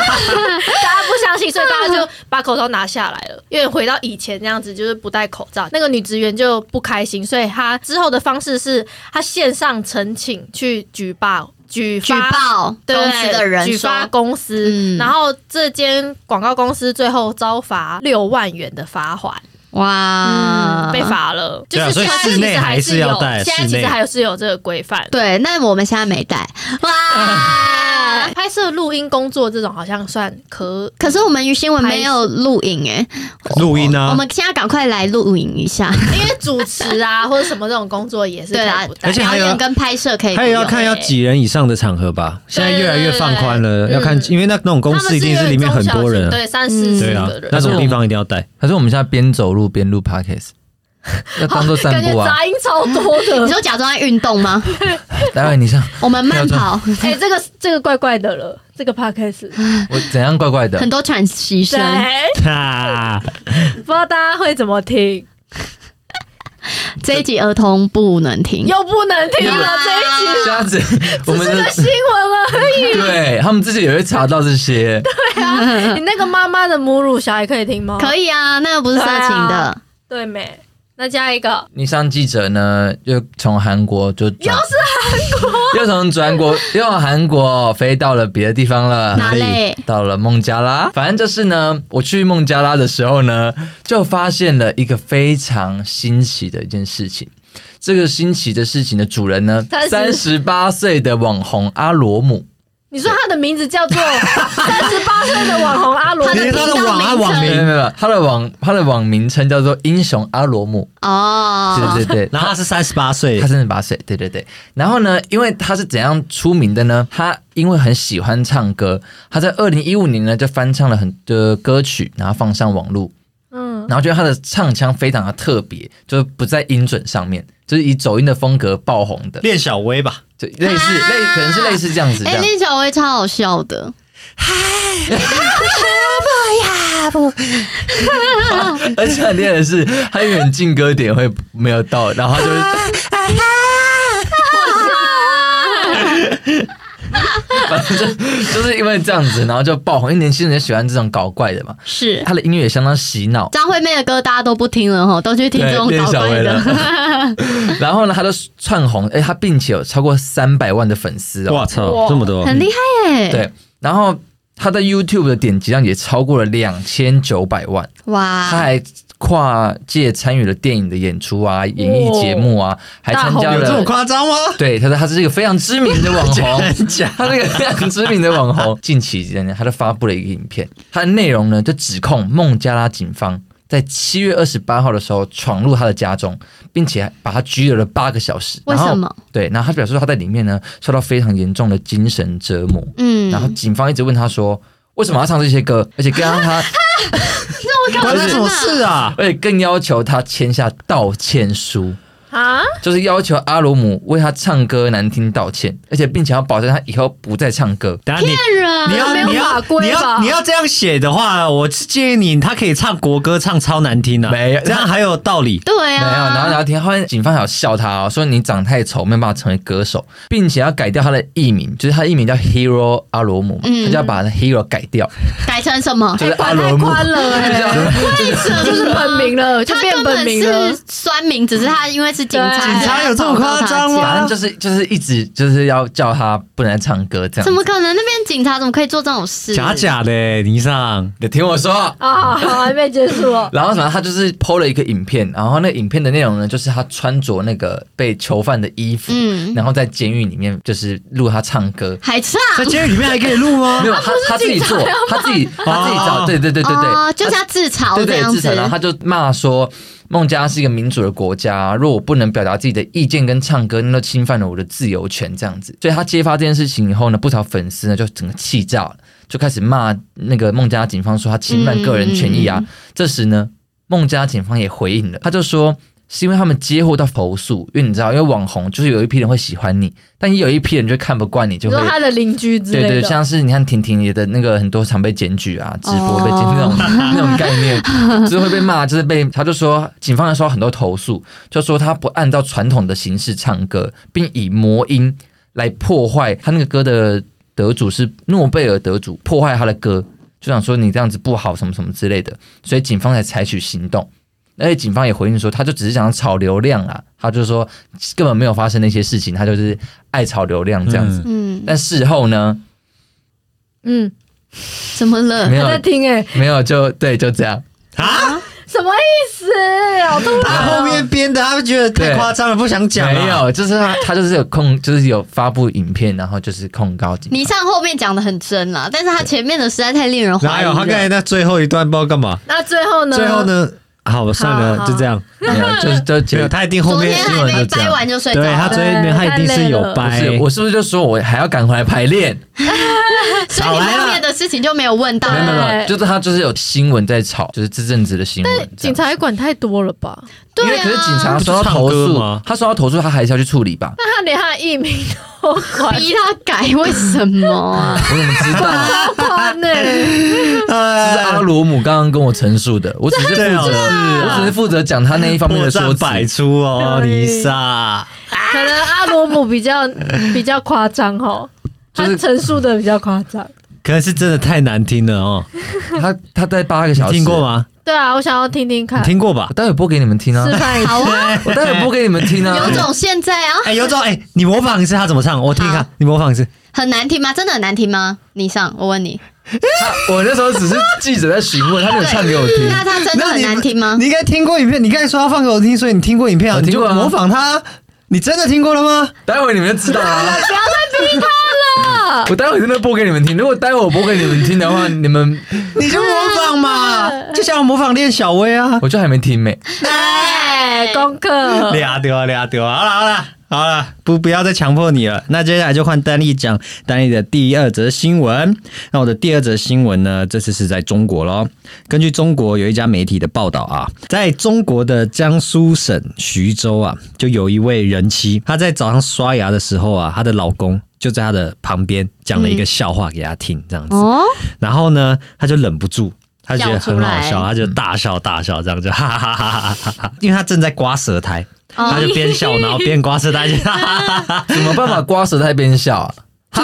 Speaker 2: 大家不相信，所以大家就把口罩拿下来了，因为回到以前那样子，就是不戴口罩。那个女职员就不开心，所以她之后的方式是她线上呈请去举报。举
Speaker 3: 举
Speaker 2: 发
Speaker 3: 报
Speaker 2: 对
Speaker 3: 公司的人
Speaker 2: 举
Speaker 3: 说
Speaker 2: 发公司，
Speaker 3: 嗯
Speaker 2: 然后这间广告公司最后遭罚六万元的罚款，嗯
Speaker 3: 哇，
Speaker 2: 被。罚了。就
Speaker 4: 对啊
Speaker 2: 是
Speaker 4: 所以
Speaker 2: 现在
Speaker 4: 室
Speaker 2: 其
Speaker 4: 内
Speaker 2: 实
Speaker 4: 还是
Speaker 2: 是
Speaker 4: 要
Speaker 2: 有，
Speaker 4: 戴
Speaker 2: 现在
Speaker 4: 室
Speaker 2: 其实
Speaker 4: 内
Speaker 2: 还是有这个规范。
Speaker 3: 对，那我们现在没戴 哇。
Speaker 2: 呃拍摄、录音工作这种好像算可，
Speaker 3: 可是我们于新闻没有录影哎、
Speaker 4: 录音
Speaker 3: 我
Speaker 4: 啊，
Speaker 3: 们现在赶快来录影一下，
Speaker 2: 因为主持啊或者什么这种工作也是
Speaker 3: 对啊
Speaker 2: 可以不戴
Speaker 4: 而且
Speaker 3: 表
Speaker 4: 还有
Speaker 3: 演跟拍摄可以不
Speaker 4: 还
Speaker 3: 用欸，
Speaker 4: 有要看要几人以上的场合吧。现在越来越放宽
Speaker 2: 对对
Speaker 4: 了，
Speaker 2: 对
Speaker 4: 要看，因为那那种公
Speaker 2: 他
Speaker 4: 司
Speaker 2: 们
Speaker 4: 一定是里面很多人
Speaker 2: 是有中小型
Speaker 4: 啊，
Speaker 2: 对，三四十
Speaker 4: 对啊
Speaker 2: 个人，，
Speaker 4: 那种地方一定 要带。
Speaker 1: 还是我们现在边走路边录 podcast，要当做散
Speaker 2: 感觉
Speaker 1: 步啊？
Speaker 2: 杂音超多
Speaker 3: 你
Speaker 2: 的。
Speaker 3: 说假装在运动 吗？
Speaker 1: 待会你上，
Speaker 3: 我们慢
Speaker 1: 不要
Speaker 3: 跑，
Speaker 2: 哎、这个这个怪怪的了，这个 podcast
Speaker 1: 我怎样怪怪的
Speaker 3: 很？多喘息声。
Speaker 2: 对，
Speaker 4: 啊
Speaker 2: 不知道大家会怎么听，
Speaker 3: 这一集儿童不能听，
Speaker 2: 又不能听了
Speaker 3: 啊
Speaker 2: 这一集。
Speaker 1: 下子我们的
Speaker 2: 新闻啊
Speaker 1: 对他们自己也会查到这些，
Speaker 2: 了。你那个妈妈的母乳小孩可以听吗？
Speaker 3: 可以啊，那个不是色
Speaker 2: 对
Speaker 3: 情的
Speaker 2: 啊。对没？那加一个，
Speaker 1: 你上记者呢，又从韩国就又是韩国，又从转 国，又从韩国飞到了别的地方了，
Speaker 3: 哪里？
Speaker 1: 到了孟加拉。反正就是呢，我去孟加拉的时候呢，就发现了一个非常新奇的一件事情。这个新奇的事情的主人呢，
Speaker 2: 三
Speaker 1: 三
Speaker 2: 十
Speaker 1: 十八岁的网红阿罗姆，
Speaker 2: 你说他的名字叫做三十八岁的网红阿罗
Speaker 3: 他，的
Speaker 4: 你
Speaker 3: 频
Speaker 4: 知道
Speaker 3: 道
Speaker 4: 是网啊
Speaker 3: 名
Speaker 4: 网
Speaker 3: 称
Speaker 1: 没有没有，没有他的网他的网名称叫做英雄阿罗姆，
Speaker 2: 啊
Speaker 3: 哦，
Speaker 1: 对对 对，
Speaker 4: 然后他是三十八岁
Speaker 1: 他，三十八岁，对对对。然后呢，因为他是怎样出名的呢？他因为很喜欢唱歌，他在二零一五年呢就翻唱了很多歌曲，然后放上网络，
Speaker 2: 嗯，
Speaker 1: 然后觉得他的唱腔非常的特别，就是不在音准上面，就是以走音的风格爆红的，
Speaker 4: 练小薇吧，
Speaker 1: 就类似
Speaker 3: 啊
Speaker 1: 类可能是类似这样子这
Speaker 3: 哎，
Speaker 1: 样。
Speaker 3: 那小薇超好笑的，
Speaker 1: 而且很厉害的是，他永远进歌点会没有到，然后他就 会。反正就就是因为这样子，然后就爆红，因为年轻人喜欢这种搞怪的嘛。
Speaker 3: 是
Speaker 1: 他的音乐也相当洗脑。
Speaker 3: 张惠妹的歌大家都不听了哈，都去听这种
Speaker 1: 对
Speaker 3: 搞怪
Speaker 1: 练小
Speaker 3: 的，
Speaker 1: 然后呢，他就窜红，哎、他并且有超过三百万的粉丝哦。
Speaker 4: 我操
Speaker 2: 哇，
Speaker 4: 这么 多，
Speaker 3: 很厉害耶！，
Speaker 1: 对，然后他在 YouTube 的点击量也超过了两千九百万，他
Speaker 3: 哇，
Speaker 1: 还跨界参与了电影的演出啊、演艺节目啊，还参加
Speaker 2: 大
Speaker 4: 有这么
Speaker 1: 了。
Speaker 4: 夸张吗？
Speaker 1: 对，他说他是一个非常知名的网红，
Speaker 4: 真假？
Speaker 1: 他是一个非常知名的网 红。近期间呢，他就发布了一个影片，他的内容呢就指控孟加拉警方在七月二十八号的时候闯入他的家中，并且把他拘留了八个小时。
Speaker 3: 为
Speaker 1: 然后
Speaker 3: 什么？
Speaker 1: 对，然后他表示说他在里面呢受到非常严重的精神折磨，
Speaker 3: 嗯，
Speaker 1: 然后警方一直问他说为什么要唱这些歌，而且更让 他，
Speaker 4: 关他什么事啊？
Speaker 1: 而且更要求他签下道歉书，
Speaker 2: 啊，
Speaker 1: 就是要求阿鲁姆为他唱歌难听道歉，而且并且要保证他以后不再唱歌。
Speaker 4: 等下你。
Speaker 3: 骗人，
Speaker 4: 你要
Speaker 2: 啊没有
Speaker 4: 你要
Speaker 2: 法规
Speaker 4: 你
Speaker 2: 吧
Speaker 4: 要你要这样写的话，我是建议你，他可以唱国歌，唱超难听的、啊，
Speaker 1: 没有
Speaker 4: 这样还有道理。
Speaker 3: 对
Speaker 1: 没有，然后
Speaker 3: 啊，
Speaker 1: 聊天，后来警方还有笑他哦，说你长太丑，没有办法成为歌手，并且要改掉他的艺名，就是他的艺名叫 Hero 阿罗姆嘛，
Speaker 3: 嗯
Speaker 1: 他就要把那 Hero 改掉，
Speaker 3: 改成什么？
Speaker 1: 就是阿
Speaker 2: 管
Speaker 1: 罗
Speaker 2: 哎太
Speaker 1: 姆，
Speaker 2: 宽了
Speaker 1: 就
Speaker 2: 哎，
Speaker 1: 是阿
Speaker 3: 为什么
Speaker 2: 就是本 名了，就
Speaker 3: 他
Speaker 2: 变
Speaker 3: 根
Speaker 2: 本
Speaker 3: 本
Speaker 2: 名了
Speaker 3: 是。酸民，只是他因为是警察，
Speaker 2: 对警
Speaker 4: 察有这么夸张吗
Speaker 1: 反正就是就是一直就是要叫他不能唱歌这样。
Speaker 3: 怎么？可能？那边警察怎么可以做这种事？
Speaker 4: 假假的、你上
Speaker 1: 你听我说。
Speaker 2: 啊，好，还没结束哦。
Speaker 1: 然后什么？他就是 PO 了一个影片，然后那影片的内容呢，就是他穿着那个被囚犯的衣服，
Speaker 3: 嗯
Speaker 1: 然后在监狱里面就是录他唱歌。
Speaker 3: 还唱
Speaker 4: 在监狱里面还可以录 吗
Speaker 1: 没？有，他他自己做，他自己他自己找，
Speaker 4: 哦
Speaker 1: 对对对对对，
Speaker 3: 哦，就是他自嘲
Speaker 1: 对
Speaker 3: 这
Speaker 1: 对
Speaker 3: 样
Speaker 1: 自
Speaker 3: 子
Speaker 1: 嘲，。然后他就骂说。孟加拉是一个民主的国家，若我不能表达自己的意见跟唱歌，那就侵犯了我的自由权，这样子。所以他揭发这件事情以后呢，不少粉丝呢就整个气炸了，就开始骂那个孟加拉警方说他侵犯个人权益啊。
Speaker 3: 嗯
Speaker 1: 这时呢，孟加拉警方也回应了，他就说是因为他们接获到投诉，因为你知道，因为网红就是有一批人会喜欢你，但也有一批人就看不惯你，
Speaker 2: 你
Speaker 1: 就会
Speaker 2: 说他的邻居之
Speaker 1: 对
Speaker 2: 类
Speaker 1: 对，
Speaker 2: 的，
Speaker 1: 像是你看婷婷也的那个很多常被检举啊，直播被检举
Speaker 3: 哦
Speaker 1: 那种、 那种概念，就是会被骂，就是被他就说警方收到很多投诉，就说他不按照传统的形式唱歌，并以魔音来破坏他那个歌的得主是诺贝尔得主，破坏他的歌，就想说你这样子不好什么什么之类的，所以警方才采取行动。而且警方也回应说，他就只是想要炒流量啦，他就说根本没有发生那些事情，他就是爱炒流量这样子。
Speaker 4: 嗯
Speaker 3: 嗯，
Speaker 1: 但事后呢，
Speaker 2: 嗯，
Speaker 3: 怎么 了
Speaker 1: 没？
Speaker 2: 他
Speaker 1: 有
Speaker 2: 在听哎，
Speaker 1: 没有，就对，就这样。
Speaker 4: 啊，
Speaker 2: 什么意思？好突
Speaker 4: 他
Speaker 2: 然哦。
Speaker 4: 后面编的，他们觉得太夸张了，不想讲了。
Speaker 1: 没有，就是他，他就是有控，就是有发布影片，然后就是控告警方。
Speaker 3: 倪尚后面讲的很真啦，但是他前面的实在太令人怀
Speaker 4: 哪
Speaker 3: 疑
Speaker 4: 有？他刚才
Speaker 3: 了。
Speaker 4: 那最后一段不知道干嘛？
Speaker 2: 那最后呢？
Speaker 4: 最后？呢？好，算
Speaker 2: 好
Speaker 4: 了，
Speaker 2: 好
Speaker 4: 就这样。
Speaker 1: 没有， 就是就
Speaker 4: 没有，
Speaker 1: 结。
Speaker 4: 他一定后
Speaker 3: 昨
Speaker 4: 面
Speaker 3: 天
Speaker 4: 新
Speaker 3: 还
Speaker 4: 闻
Speaker 3: 没
Speaker 4: 就这
Speaker 3: 掰
Speaker 4: 样。
Speaker 3: 完就睡着
Speaker 4: 对他
Speaker 3: 了，
Speaker 4: 昨天没有，他一定是有
Speaker 1: 不
Speaker 4: 掰
Speaker 1: 是，。我是不是就说我还要赶回来排练？
Speaker 3: 所以你后面的事情就没有问到
Speaker 4: 哎
Speaker 1: 没。有没有，没
Speaker 2: 对
Speaker 1: 有就是他就是有新闻在炒，就是这阵子的新闻这样。
Speaker 2: 警察也管太多了吧？
Speaker 1: 因为
Speaker 3: 对
Speaker 1: 可是警察
Speaker 3: 啊，
Speaker 1: 收到投
Speaker 4: 不是唱歌
Speaker 1: 诉
Speaker 4: 吗，
Speaker 1: 他收到投诉，他还是要去处理 吧？
Speaker 2: 那他连他的艺名都管，
Speaker 3: 逼他改，为什么 啊？
Speaker 1: 我怎么知道？
Speaker 2: 好欸宽呢。
Speaker 1: 这
Speaker 4: 哎
Speaker 1: 是阿罗姆刚刚跟我陈述的，我只是负
Speaker 4: 对
Speaker 1: 责，
Speaker 4: 啊是啊
Speaker 1: 我只是负责讲他那一方面
Speaker 4: 破
Speaker 1: 的说
Speaker 4: 绽
Speaker 1: 辞。
Speaker 4: 百出哦，
Speaker 2: 对
Speaker 4: 丽莎。
Speaker 2: 可能阿罗姆比较比较夸张哦，
Speaker 1: 就
Speaker 2: 他
Speaker 1: 是
Speaker 2: 陈述的比较夸张。
Speaker 4: 可能是真的太难听了哦，
Speaker 1: 他他在八个小时，
Speaker 4: 听过吗？
Speaker 2: 对啊，我想要听听
Speaker 4: 你
Speaker 2: 看，
Speaker 4: 听过吧
Speaker 1: 我？待会播给你们听啊
Speaker 2: 示，范一下。
Speaker 3: 好啊，
Speaker 1: 我待会播给你们 听啊。
Speaker 3: 有种现在啊，
Speaker 4: 哎、有种哎、你模仿一次他怎么唱，我听听
Speaker 3: 好
Speaker 4: 看，你模仿一次。
Speaker 3: 很难听吗？真的很难听吗？你上，我问你，
Speaker 1: 他，我那时候只是记者在询问，他没有唱给 我听。
Speaker 3: 那他真的很难听吗
Speaker 4: 你？应该听过影片，你刚才说要放给我听，所以你听过影片
Speaker 1: 我
Speaker 4: 啊？你
Speaker 1: 听
Speaker 4: 就
Speaker 1: 过啊
Speaker 4: 模仿他啊，你真的听过了吗？
Speaker 1: 待会你们就知道啊。
Speaker 2: 不要再逼他了。
Speaker 1: 我待会真的播给你们听。如果待会我播给你们听的话，你们
Speaker 4: 你就模仿嘛，就像我模仿练小薇啊。
Speaker 1: 我就还没听没、
Speaker 2: 哎，功课。
Speaker 4: 俩丢啊俩丢啊，好了好了好了，不不要再强迫你了。那接下来就换丹丽讲丹丽的第二则新闻。那我的第二则新闻呢，这次是在中国咯。根据中国有一家媒体的报道啊，在中国的江苏省徐州啊，就有一位人妻，她在早上刷牙的时候啊，她的老公就在她的旁边讲了一个笑话给她听，这样子。
Speaker 3: 哦，
Speaker 4: 然后呢，她就忍不住。她觉得很好
Speaker 3: 笑出
Speaker 4: 笑，
Speaker 3: 来
Speaker 4: 她就大笑大笑，这样就哈哈哈哈哈哈，因为她正在刮舌苔，
Speaker 3: 哦
Speaker 4: 他就边笑，然后边刮 舌苔，就哈哈哈哈
Speaker 1: 怎么办法刮舌苔边笑、啊？
Speaker 2: 他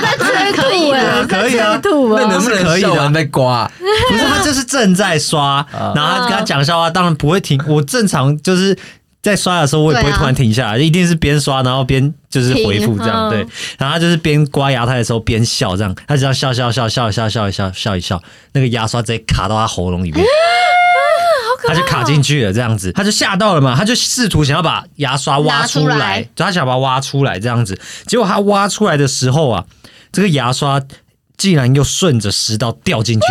Speaker 2: 在催吐哎，
Speaker 4: 可以啊
Speaker 2: 在催吐
Speaker 1: 那
Speaker 2: 啊
Speaker 1: 能不
Speaker 4: 是可
Speaker 1: 能
Speaker 4: 以的
Speaker 1: 笑完再刮啊？
Speaker 4: 不是他就是正在刷，然后他跟他讲笑话，当然不会停。我正常就是在刷的时候，我也不会
Speaker 3: 对啊
Speaker 4: 突然停下来，一定是边刷然后边就是回复这样
Speaker 2: 停嗯
Speaker 4: 对。然后他就是边刮牙苔的时候边笑这样，他只要笑笑笑笑笑笑笑笑一笑，那个牙刷直接卡到他喉咙里面。他就卡进去了，这样子，他就吓到了嘛，他就试图想要把牙刷挖
Speaker 3: 拿出
Speaker 4: 出
Speaker 3: 来
Speaker 4: 来，就他想把它挖出来这样子，结果他挖出来的时候啊，这个牙刷竟然又顺着食道掉进去，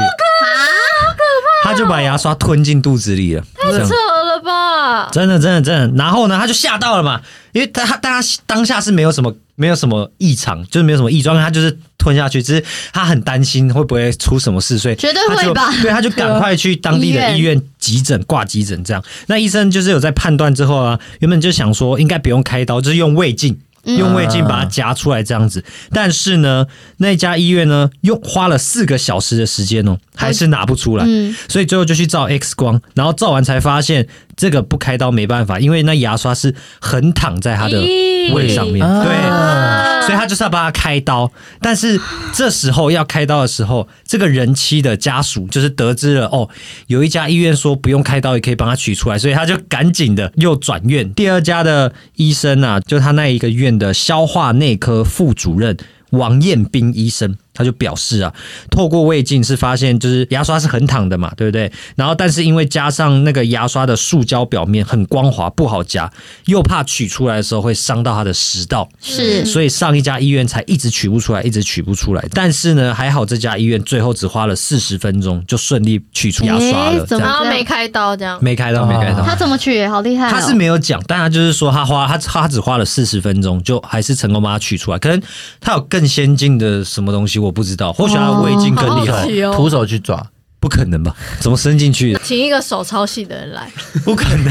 Speaker 4: 他就把牙刷吞进肚子里了，这样
Speaker 2: 扯了吧？
Speaker 4: 真的真的真的。然后呢，他就吓到了嘛，因为他他当当下是没有什么没有什么异常，就是没有什么异状，他就是吞下去，只是他很担心会不会出什么事，所以
Speaker 3: 绝对
Speaker 4: 他就
Speaker 3: 会吧
Speaker 4: 对， 他就赶快去当地的
Speaker 3: 医院
Speaker 4: 医院急诊挂急诊，这样。那医生就是有在判断之后啊，原本就想说应该不用开刀，就是用胃镜。
Speaker 3: 嗯
Speaker 4: 用胃镜把它夹出来这样子，但是呢，那家医院呢，用花了四个小时的时间哦，还是拿不出来。
Speaker 3: 嗯，
Speaker 4: 所以最后就去照 X 光，然后照完才发现这个不开刀没办法，因为那牙刷是横躺在他的
Speaker 2: 咦
Speaker 4: 胃上面，
Speaker 1: 啊
Speaker 4: 对，所以他就是要帮他开刀。但是这时候要开刀的时候，这个人妻的家属就是得知了哦，有一家医院说不用开刀也可以帮他取出来，所以他就赶紧的又转院。第二家的医生啊，就他那一个院的消化内科副主任王彦斌医生，他就表示啊，透过胃镜是发现就是牙刷是横躺的嘛，对不对？然后但是因为加上那个牙刷的塑胶表面很光滑，不好夹，又怕取出来的时候会伤到他的食道，
Speaker 3: 是
Speaker 4: 所以上一家医院才一直取不出来，一直取不出来。但是呢，还好这家医院最后只花了四十分钟就顺利取出牙刷了，
Speaker 3: 诶
Speaker 4: 这
Speaker 3: 怎么
Speaker 2: 然
Speaker 4: 样
Speaker 2: 后没开刀这样。
Speaker 4: 没开刀，没开刀。
Speaker 3: 他怎么取？好厉害哦！
Speaker 4: 他是没有讲，但他就是说他花他他只花了四十分钟，就还是成功把它取出来。可能他有更先进的什么东西，我不知道。或许他的胃镜更厉
Speaker 2: 好
Speaker 4: 害，
Speaker 2: 奇哦
Speaker 1: 徒手去抓，
Speaker 4: 不可能吧？怎么伸 进去的？
Speaker 2: 请一个手抄袭的人来，
Speaker 4: 不可能，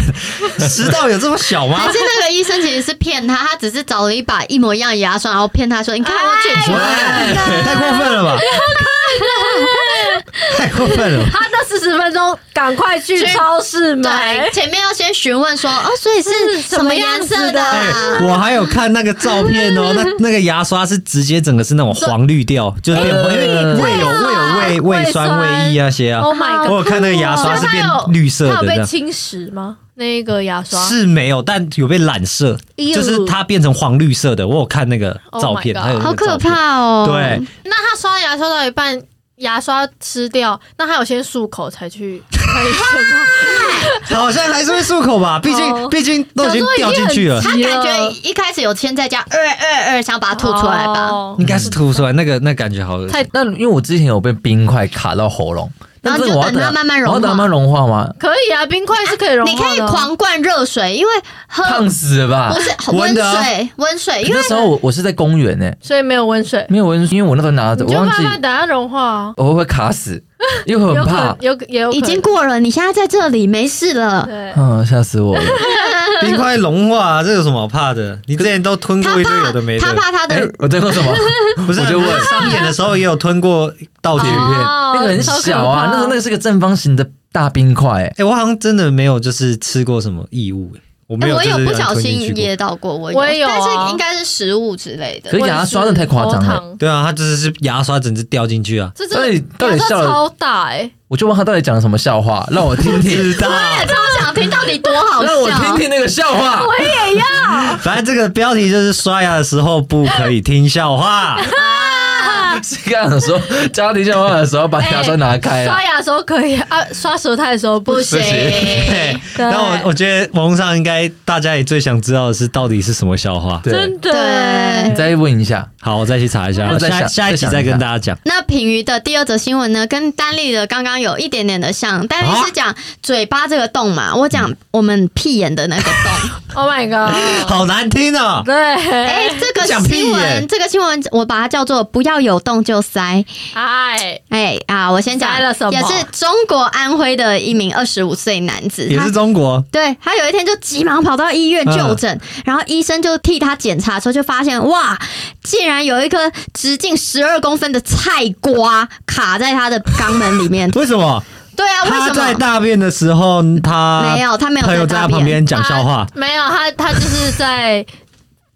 Speaker 4: 食道有这么 小吗
Speaker 3: 还？是那个医生其实是骗他，他只是找了一把一模一样的牙刷，然后骗他说：“你看我卷出
Speaker 4: 喂，
Speaker 3: 来。
Speaker 4: 太过分 了吧！太过分了吧！
Speaker 2: 他那四十分钟赶快去
Speaker 3: 去
Speaker 2: 超市”买
Speaker 3: 对，。前面要先询问说：“哦，所以是
Speaker 2: 是
Speaker 3: 什
Speaker 2: 什
Speaker 3: 么
Speaker 2: 么
Speaker 3: 颜
Speaker 2: 样子的
Speaker 3: 色的啊？”
Speaker 4: 哎、我还有看那个照片哦，那那个牙刷是直接整个是那种黄绿
Speaker 2: 哎
Speaker 4: 调，就是变黄，因为胃有胃有胃胃酸胃液那些啊。
Speaker 2: Oh my god！
Speaker 4: 我有看那个牙刷是变绿色
Speaker 2: 哦它
Speaker 4: 的
Speaker 2: 有
Speaker 4: 这
Speaker 2: 被
Speaker 4: 样。
Speaker 2: 侵蚀吗？那个牙刷
Speaker 4: 是没有，但有被染色，
Speaker 2: 哎呦
Speaker 4: 就是它变成黄绿色的。我有看那个照片
Speaker 2: Oh my god
Speaker 4: 还有那
Speaker 3: 好
Speaker 4: 个照
Speaker 3: 可
Speaker 4: 片。
Speaker 3: 怕哦！
Speaker 4: 对，，
Speaker 2: 那他刷牙刷到一半，牙刷吃掉，那他有先漱口才 去看医生吗？
Speaker 4: 好像还是会漱口吧，毕
Speaker 2: 哦
Speaker 4: 竟毕竟都已经
Speaker 2: 小时候已经
Speaker 4: 掉进去了
Speaker 2: 很，
Speaker 3: 他感觉一开始有先在家二二二，想把它吐出来吧，
Speaker 2: 哦
Speaker 4: 应该是吐出来，那个那感觉好恶心。
Speaker 2: 太
Speaker 1: 那因为我之前有被冰块卡到喉咙，那
Speaker 3: 然后
Speaker 1: 这个
Speaker 3: 就
Speaker 1: 我要
Speaker 3: 等它慢慢融
Speaker 1: 我要等它慢慢融化吗？
Speaker 2: 可以啊，冰块是可以融
Speaker 3: 你
Speaker 2: 化的啊。
Speaker 3: 可以狂灌热水，因为喝
Speaker 2: 嗯
Speaker 1: 烫死 了吧
Speaker 3: 不！是温
Speaker 4: 温的啊
Speaker 3: 水，温水，因为
Speaker 1: 那时候我我是在公园呢、
Speaker 2: 所以没有温水，
Speaker 1: 没有温，因为我那时候拿着，
Speaker 2: 你就
Speaker 1: 我忘
Speaker 2: 慢
Speaker 1: 记
Speaker 2: 慢等它融化啊。
Speaker 1: 我会不会卡死，因为我
Speaker 2: 有
Speaker 1: 很
Speaker 2: 可
Speaker 1: 怕
Speaker 2: 能，。有也有可能
Speaker 3: 已经过了，你现在在这里没事了。
Speaker 2: 对。
Speaker 1: 嗯，吓死我了！
Speaker 4: 冰块融化，这有什么好怕的？你之前都吞
Speaker 3: 他
Speaker 4: 过一堆有的没
Speaker 3: 怕
Speaker 4: 的
Speaker 3: 他，怕他
Speaker 1: 哎
Speaker 3: 的，
Speaker 1: 我在说什 么？
Speaker 4: 不是？
Speaker 1: 我就问
Speaker 4: 商演的时候也有吞过倒贴片。
Speaker 2: 哦
Speaker 1: 那个很小啊，那个那个是个正方形的大冰块、哎
Speaker 4: 哎、我好像真的没有就是吃过什么异物、欸，我没
Speaker 3: 哎，
Speaker 4: 有
Speaker 3: 我
Speaker 4: 在这
Speaker 3: 有
Speaker 4: 两
Speaker 3: 不
Speaker 4: 个
Speaker 3: 小
Speaker 4: 吞进去
Speaker 3: 心
Speaker 4: 过
Speaker 3: 噎到过，我
Speaker 2: 我也有啊
Speaker 3: 但是应该是食物之类的
Speaker 1: 可。是牙刷真的太夸张了，
Speaker 2: 了，
Speaker 4: 对啊，他真的是牙刷整只掉进 去啊！
Speaker 2: 这
Speaker 1: 到底
Speaker 2: 真的
Speaker 1: 到底
Speaker 2: 牙
Speaker 1: 笑
Speaker 2: 刷
Speaker 1: 了
Speaker 2: 超大哎，
Speaker 1: 我就问他到底讲了什么笑话，让我听听，
Speaker 4: 道，
Speaker 3: 超想听到底多 好
Speaker 1: 让我听
Speaker 3: 笑，
Speaker 1: 听那个笑 话。
Speaker 4: 反正这个标题就是刷牙的时候不可以听笑话。
Speaker 1: 是刚想说家庭笑话的时候
Speaker 3: 哎
Speaker 1: 把 牙刷拿开啊了
Speaker 2: 刷，牙的时候可以啊，刷舌苔的时候不行
Speaker 1: 不 行
Speaker 4: 对，
Speaker 2: 对
Speaker 4: 那我我觉得网络上应该大家也最想知道的是到底是什么笑话。
Speaker 1: 对
Speaker 2: 真
Speaker 1: 你
Speaker 2: 的。
Speaker 1: 再问一下。
Speaker 4: 好，我再去查一下，
Speaker 1: 我再
Speaker 4: 下
Speaker 1: 想
Speaker 4: 下一期
Speaker 1: 再想一
Speaker 4: 再
Speaker 1: 下
Speaker 4: 跟大家讲。
Speaker 3: 那品瑜的第二则新闻呢，跟丹丽的刚刚有一点点的像，丹
Speaker 4: 啊
Speaker 3: 丽是讲嘴巴这个洞嘛，我讲我们屁眼的那 个洞。
Speaker 2: Oh my god！
Speaker 4: 好难听哦！
Speaker 3: 哎、
Speaker 2: 对，
Speaker 3: 这个
Speaker 4: 讲屁
Speaker 3: 新
Speaker 4: 眼
Speaker 3: 闻，这个新闻我把它叫做“不要有洞就塞”。
Speaker 2: 哎，
Speaker 3: 哎啊，我先讲
Speaker 2: 塞了什么
Speaker 3: 也是中国安徽的一名二十五岁男子，
Speaker 4: 也
Speaker 3: 他
Speaker 4: 是中国，。
Speaker 3: 对他有一天就急忙跑到医院就诊，然后医生就替他检查的时候就发现，哇，竟然有一颗直径十二公分的菜瓜卡在他的肛门里面
Speaker 4: 为什么？
Speaker 3: 对啊，为
Speaker 4: 他
Speaker 3: 什
Speaker 4: 在
Speaker 3: 么？
Speaker 4: 大便的时候，他
Speaker 3: 没有他没有
Speaker 4: 朋友
Speaker 3: 在大
Speaker 4: 在他
Speaker 3: 便
Speaker 4: 旁边讲笑话
Speaker 2: 他，没有他，他就是在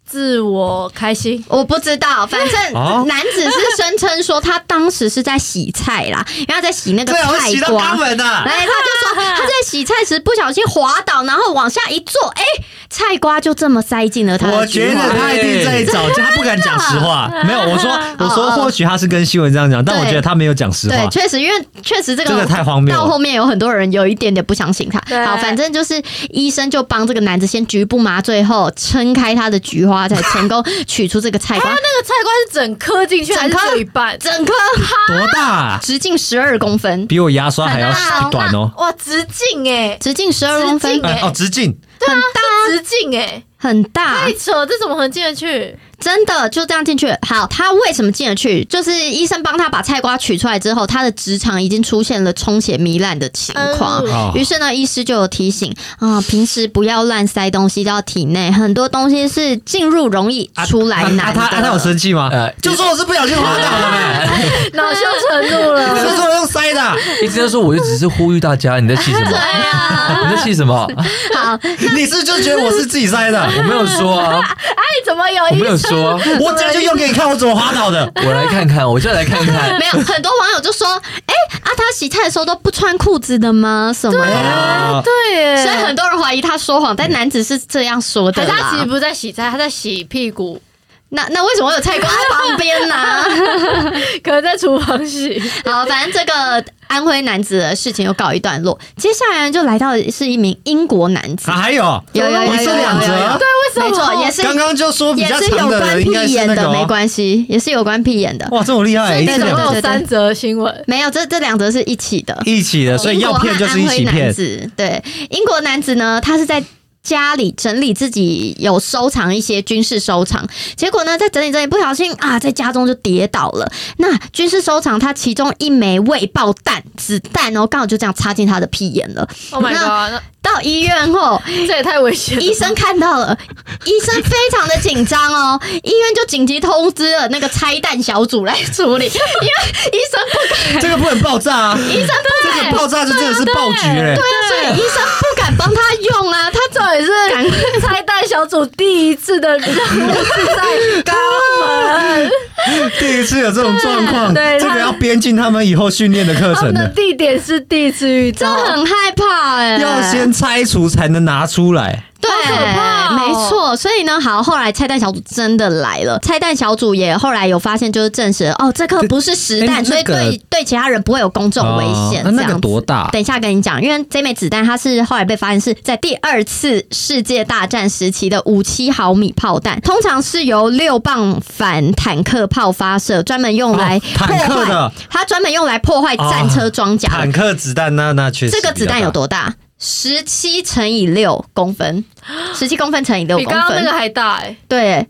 Speaker 2: 自我开 心。
Speaker 3: 我不知道，反正
Speaker 4: 哦
Speaker 3: 男子是声称说他当时是在洗菜啦，因为他在洗那个
Speaker 4: 这会
Speaker 3: 菜
Speaker 4: 啊洗到肛
Speaker 3: 瓜。哎
Speaker 4: 门啊的。
Speaker 3: 来，他就说他在洗菜时不小心滑倒，然后往下一坐，哎、菜瓜就这么塞进了他
Speaker 4: 我
Speaker 3: 的
Speaker 4: 觉
Speaker 3: 菊
Speaker 4: 得
Speaker 3: 花。
Speaker 4: 他一定在找，就他不敢讲实话。没有，我说
Speaker 3: 哦
Speaker 4: 我说，或许他是跟新闻这样讲，但我觉得他没有讲实话
Speaker 3: 对，。确实，因为确实这个
Speaker 4: 这个太荒谬了
Speaker 3: 到后面有很多人有一点点不相信他。
Speaker 2: 对
Speaker 3: 好，反正就是医生就帮这个男子先局部麻醉后，撑开他的菊花，才成功取出这个菜瓜，
Speaker 2: 那个菜瓜是整颗进去还是
Speaker 3: 整颗
Speaker 2: 只有一半？
Speaker 3: 整颗
Speaker 4: 多大啊？
Speaker 3: 直径十二公分，
Speaker 4: 比我牙刷还要
Speaker 3: 很
Speaker 4: 短哦。
Speaker 2: 啊哇，直径哎，
Speaker 3: 直径十二公分
Speaker 2: 直径，
Speaker 4: 哎哦，直径
Speaker 2: 很大直径哎，
Speaker 3: 很大
Speaker 2: 太，扯，这怎么能进得去？
Speaker 3: 真的就这样进去。好，他为什么进得去？就是医生帮他把菜瓜取出来之后，他的直肠已经出现了充血糜烂的情况。
Speaker 2: 嗯
Speaker 4: 哦
Speaker 3: 于是呢，医师就有提醒啊、平时不要乱塞东西到体内，很多东西是进入容易，出来
Speaker 4: 啊
Speaker 3: 难的。
Speaker 4: 他啊他有生气吗？
Speaker 1: 呃
Speaker 4: 就说我是不小心滑倒的 呗，
Speaker 2: 恼羞成怒
Speaker 4: 你
Speaker 2: 了。
Speaker 4: 就说我用塞的啊，
Speaker 1: 一直在说，我就只是呼吁大家，你在气 什么？
Speaker 2: 啊
Speaker 1: 你在气什么？
Speaker 3: 好，
Speaker 4: 你是不是就觉得我是自己塞的？
Speaker 1: 我没有说啊，
Speaker 2: 哎，怎么有
Speaker 1: 我
Speaker 2: 一
Speaker 1: 没有说啊、
Speaker 4: 我这就用给你看我怎么滑倒的。
Speaker 3: 哎
Speaker 1: 我来看看，我就来看 看。
Speaker 3: 没有很多网友就说，哎、啊，他洗菜的时候都不穿裤子的吗？什么的。
Speaker 4: 啊
Speaker 2: 对耶？
Speaker 3: 所以很多人怀疑他说谎，但男子是这样说
Speaker 2: 还
Speaker 3: 的
Speaker 2: 是他其实
Speaker 3: 啦。
Speaker 2: 不是在洗菜，他在洗屁股，
Speaker 3: 那那为什么会有菜瓜在旁边呢、
Speaker 2: 可能在厨房洗。
Speaker 3: 好，反正这个安徽男子的事情又告一段落，接下来就来到的是一名英国男子，
Speaker 4: 啊，还有
Speaker 3: 有有有有
Speaker 4: 你
Speaker 3: 有
Speaker 4: 是两
Speaker 3: 有有
Speaker 4: 折，
Speaker 2: 对，为什
Speaker 3: 没
Speaker 2: 么？
Speaker 3: 错，也是
Speaker 4: 刚刚就说比
Speaker 3: 也
Speaker 4: 较
Speaker 3: 是
Speaker 4: 长
Speaker 3: 有
Speaker 4: 的
Speaker 3: 关
Speaker 4: 人应该
Speaker 3: 屁
Speaker 4: 是
Speaker 3: 眼
Speaker 4: 那个
Speaker 3: 的，没
Speaker 4: 哦，
Speaker 3: 关系，也是有关屁眼的。
Speaker 4: 哇，这么厉害，
Speaker 2: 所以
Speaker 4: 一
Speaker 2: 总
Speaker 4: 次两
Speaker 3: 对
Speaker 2: 共
Speaker 4: 折
Speaker 2: 有三则新闻。
Speaker 3: 没有，这这两则是一起的。
Speaker 4: 一起的，所以要骗就是一起
Speaker 3: 英国和安徽男
Speaker 4: 骗。
Speaker 3: 子对，英国男子呢，他是在。家里整理自己有收藏一些军事收藏，结果呢，在整理整理不小心啊，在家中就跌倒了。那军事收藏，它其中一枚未爆弹子弹哦，刚好就这样插进他的屁眼了。
Speaker 2: Oh my
Speaker 3: 那
Speaker 2: god！
Speaker 3: 到医院后，
Speaker 2: 那这也太危险了。
Speaker 3: 医生看到了，医生非常的紧张哦，医院就紧急通知了那个拆弹小组来处理，因为医生不敢
Speaker 4: 这个不能爆炸啊！这个爆炸就真的是爆菊欸嘞！
Speaker 3: 欸对啊，所以医生不敢帮他用啊，他
Speaker 2: 这也是拆弹小组第一次的任务是在肛 门，
Speaker 3: 啊
Speaker 4: 第一次有这种状况，
Speaker 2: 对对
Speaker 4: 这个要编进他们以后训练的课
Speaker 2: 他
Speaker 4: 程
Speaker 2: 们的
Speaker 3: 哦
Speaker 4: 的，
Speaker 2: 地点是第一次遇
Speaker 3: 真
Speaker 2: 到
Speaker 3: 的。很害怕哎、
Speaker 4: 要先拆除才能拿出来。
Speaker 3: 对，
Speaker 2: 好可怕哦
Speaker 3: 没错。所以呢，好，后来拆弹小组真的来了，拆弹小组也后来有发现，就是证实哦，这颗不是实弹，
Speaker 4: 哎
Speaker 3: 所以
Speaker 4: 那个
Speaker 3: 对对其他人不会有公众危险。
Speaker 4: 哦那那
Speaker 3: 这样
Speaker 4: 个
Speaker 3: 子
Speaker 4: 多大？
Speaker 3: 等一下跟你讲，因为这枚子弹它是后来被发现是在第二次世界大战时期的五七毫米炮弹，通常是由六磅反坦克炮发射，专门用来
Speaker 4: 哦
Speaker 3: 破
Speaker 4: 坦
Speaker 3: 坏、
Speaker 4: 克的哦
Speaker 3: 它专门用来破坏战车装甲的。
Speaker 4: 坦克子弹那那确实
Speaker 3: 这个子弹有
Speaker 4: 比较
Speaker 3: 多大？十七乘以六公分，十七公分乘以六
Speaker 2: 比
Speaker 3: 公
Speaker 2: 刚刚那
Speaker 3: 分，
Speaker 2: 个还大哎、
Speaker 3: 对，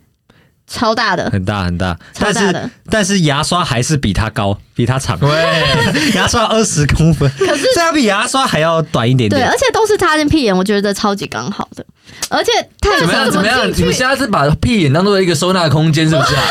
Speaker 3: 超大的
Speaker 4: 大。很大很大，
Speaker 3: 超
Speaker 4: 但
Speaker 3: 大的
Speaker 4: 是但是牙刷还是比它高，比 它长，
Speaker 1: 喂，
Speaker 4: 牙刷二十公分，可是这样比牙刷还要短一点
Speaker 3: 对，
Speaker 4: 点
Speaker 3: 而。且都是插进屁眼，我觉得超级刚好的。而且它
Speaker 1: 怎么样？
Speaker 3: 它
Speaker 1: 怎么样？
Speaker 3: 进去
Speaker 1: 你们现在是把屁眼当做一个收纳空间，是不是啊？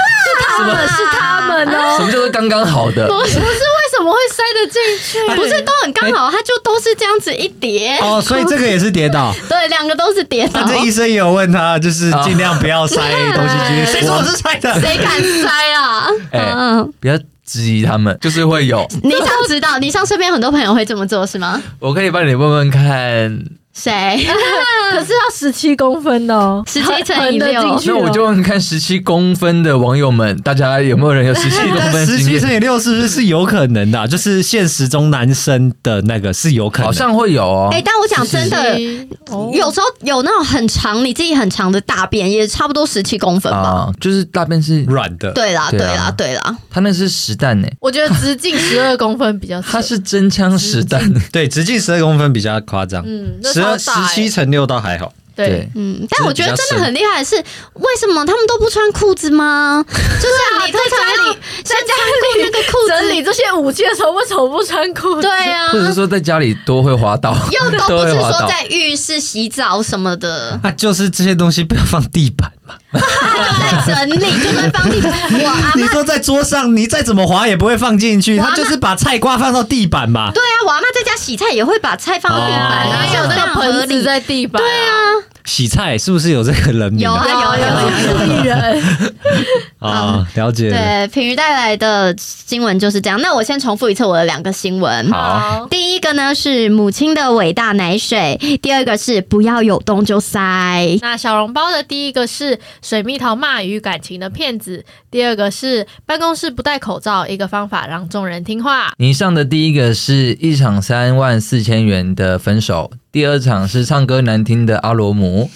Speaker 3: 它
Speaker 2: 他们是他们 哦，
Speaker 1: 什么叫做刚刚好的？
Speaker 2: 不是不是为什么会塞得进 去？
Speaker 3: 不是都很刚好，它就都是这样子一叠，
Speaker 4: 哦，所以这个也是跌 倒。
Speaker 3: 对，两个都是叠倒
Speaker 4: 那，这医生也有问他，就是尽量不要塞东西进去。谁说我是塞的？
Speaker 3: 哦谁敢塞啊？
Speaker 1: 哎
Speaker 3: 嗯，
Speaker 1: 不要质疑他 们，就是会有。
Speaker 3: 你上知道，你上身边很多朋友会这么做是吗？
Speaker 1: 我可以帮你问问看，
Speaker 3: 谁？
Speaker 2: 哦可是要十七公分哦，
Speaker 3: 17乘
Speaker 2: 横
Speaker 3: 以
Speaker 2: 得
Speaker 3: 六
Speaker 2: 进去
Speaker 1: 那
Speaker 2: 哦
Speaker 1: 我就问看十七公分的网友们，大家有没有 人有十七公分
Speaker 4: 但十
Speaker 1: 经
Speaker 4: 七
Speaker 1: 验？
Speaker 4: 乘以六是不是是有可能的啊、就是现实中男生的那个是有可能，
Speaker 1: 好像会有哦。
Speaker 3: 哎，但我讲真的，
Speaker 2: 哦
Speaker 3: 有时候有那种很长，你自己很长的大便，也差不多十七公分吧。
Speaker 1: 啊，就是大便是
Speaker 4: 软的。
Speaker 3: 对啦，对
Speaker 1: 对啊
Speaker 3: 啦，对啦，
Speaker 1: 它那是实弹呢，
Speaker 2: 我觉得直径十二公分比较扯，
Speaker 1: 它是真枪实 弹呢。
Speaker 4: 对，直径十二公分比较夸张，
Speaker 2: 嗯那
Speaker 4: 十二十
Speaker 2: 超大欸
Speaker 4: 七乘六倒还好。
Speaker 2: 对，
Speaker 3: 嗯，但我觉得
Speaker 4: 就是比较
Speaker 3: 真的很厉害的是，为什么他们都不穿裤子吗？就是你通常要在家里那个裤
Speaker 2: 整
Speaker 3: 子，
Speaker 2: 理这些武器的时候为什么不穿裤子？
Speaker 3: 对啊
Speaker 1: 或，者是说在家里多会滑倒，
Speaker 3: 又 都
Speaker 1: 多
Speaker 3: 不
Speaker 1: 会
Speaker 3: 是
Speaker 1: 滑
Speaker 3: 说
Speaker 1: 倒。
Speaker 3: 在浴室洗澡什么的，
Speaker 4: 啊，就是这些东西不要放地板嘛。
Speaker 3: 就在整理，就在帮你。我阿
Speaker 4: 你
Speaker 3: 妈，
Speaker 4: 说在桌上，你再怎么滑也不会放进去，
Speaker 1: 啊
Speaker 4: 他就是把菜瓜放到地板嘛。
Speaker 3: 对啊，我阿妈在家洗菜也会把菜放到地板，
Speaker 4: 哦
Speaker 3: 然
Speaker 2: 哪
Speaker 3: 后
Speaker 2: 有
Speaker 3: 这
Speaker 2: 那
Speaker 3: 样
Speaker 2: 个
Speaker 3: 合
Speaker 2: 盆子
Speaker 3: 理。
Speaker 2: 在地板？对啊，
Speaker 4: 洗菜是不是有这个人名
Speaker 3: 有
Speaker 4: 啊
Speaker 3: 啊？
Speaker 2: 有有有人，
Speaker 4: 啊，了解了。
Speaker 3: 对，品瑜带来的新闻就是这样。那我先重复一次我的两个新闻。
Speaker 1: 好，
Speaker 3: 第一个呢是母亲的伟大奶水，第二个是不要有洞就 塞。啊
Speaker 2: 那小笼包的第一个是水蜜桃骂与感情的骗子，第二个是办公室不戴口罩，一个方法让众人听话。
Speaker 1: 你上的第一个是一场三万四千元的分手，第二场是唱歌难听的阿罗姆，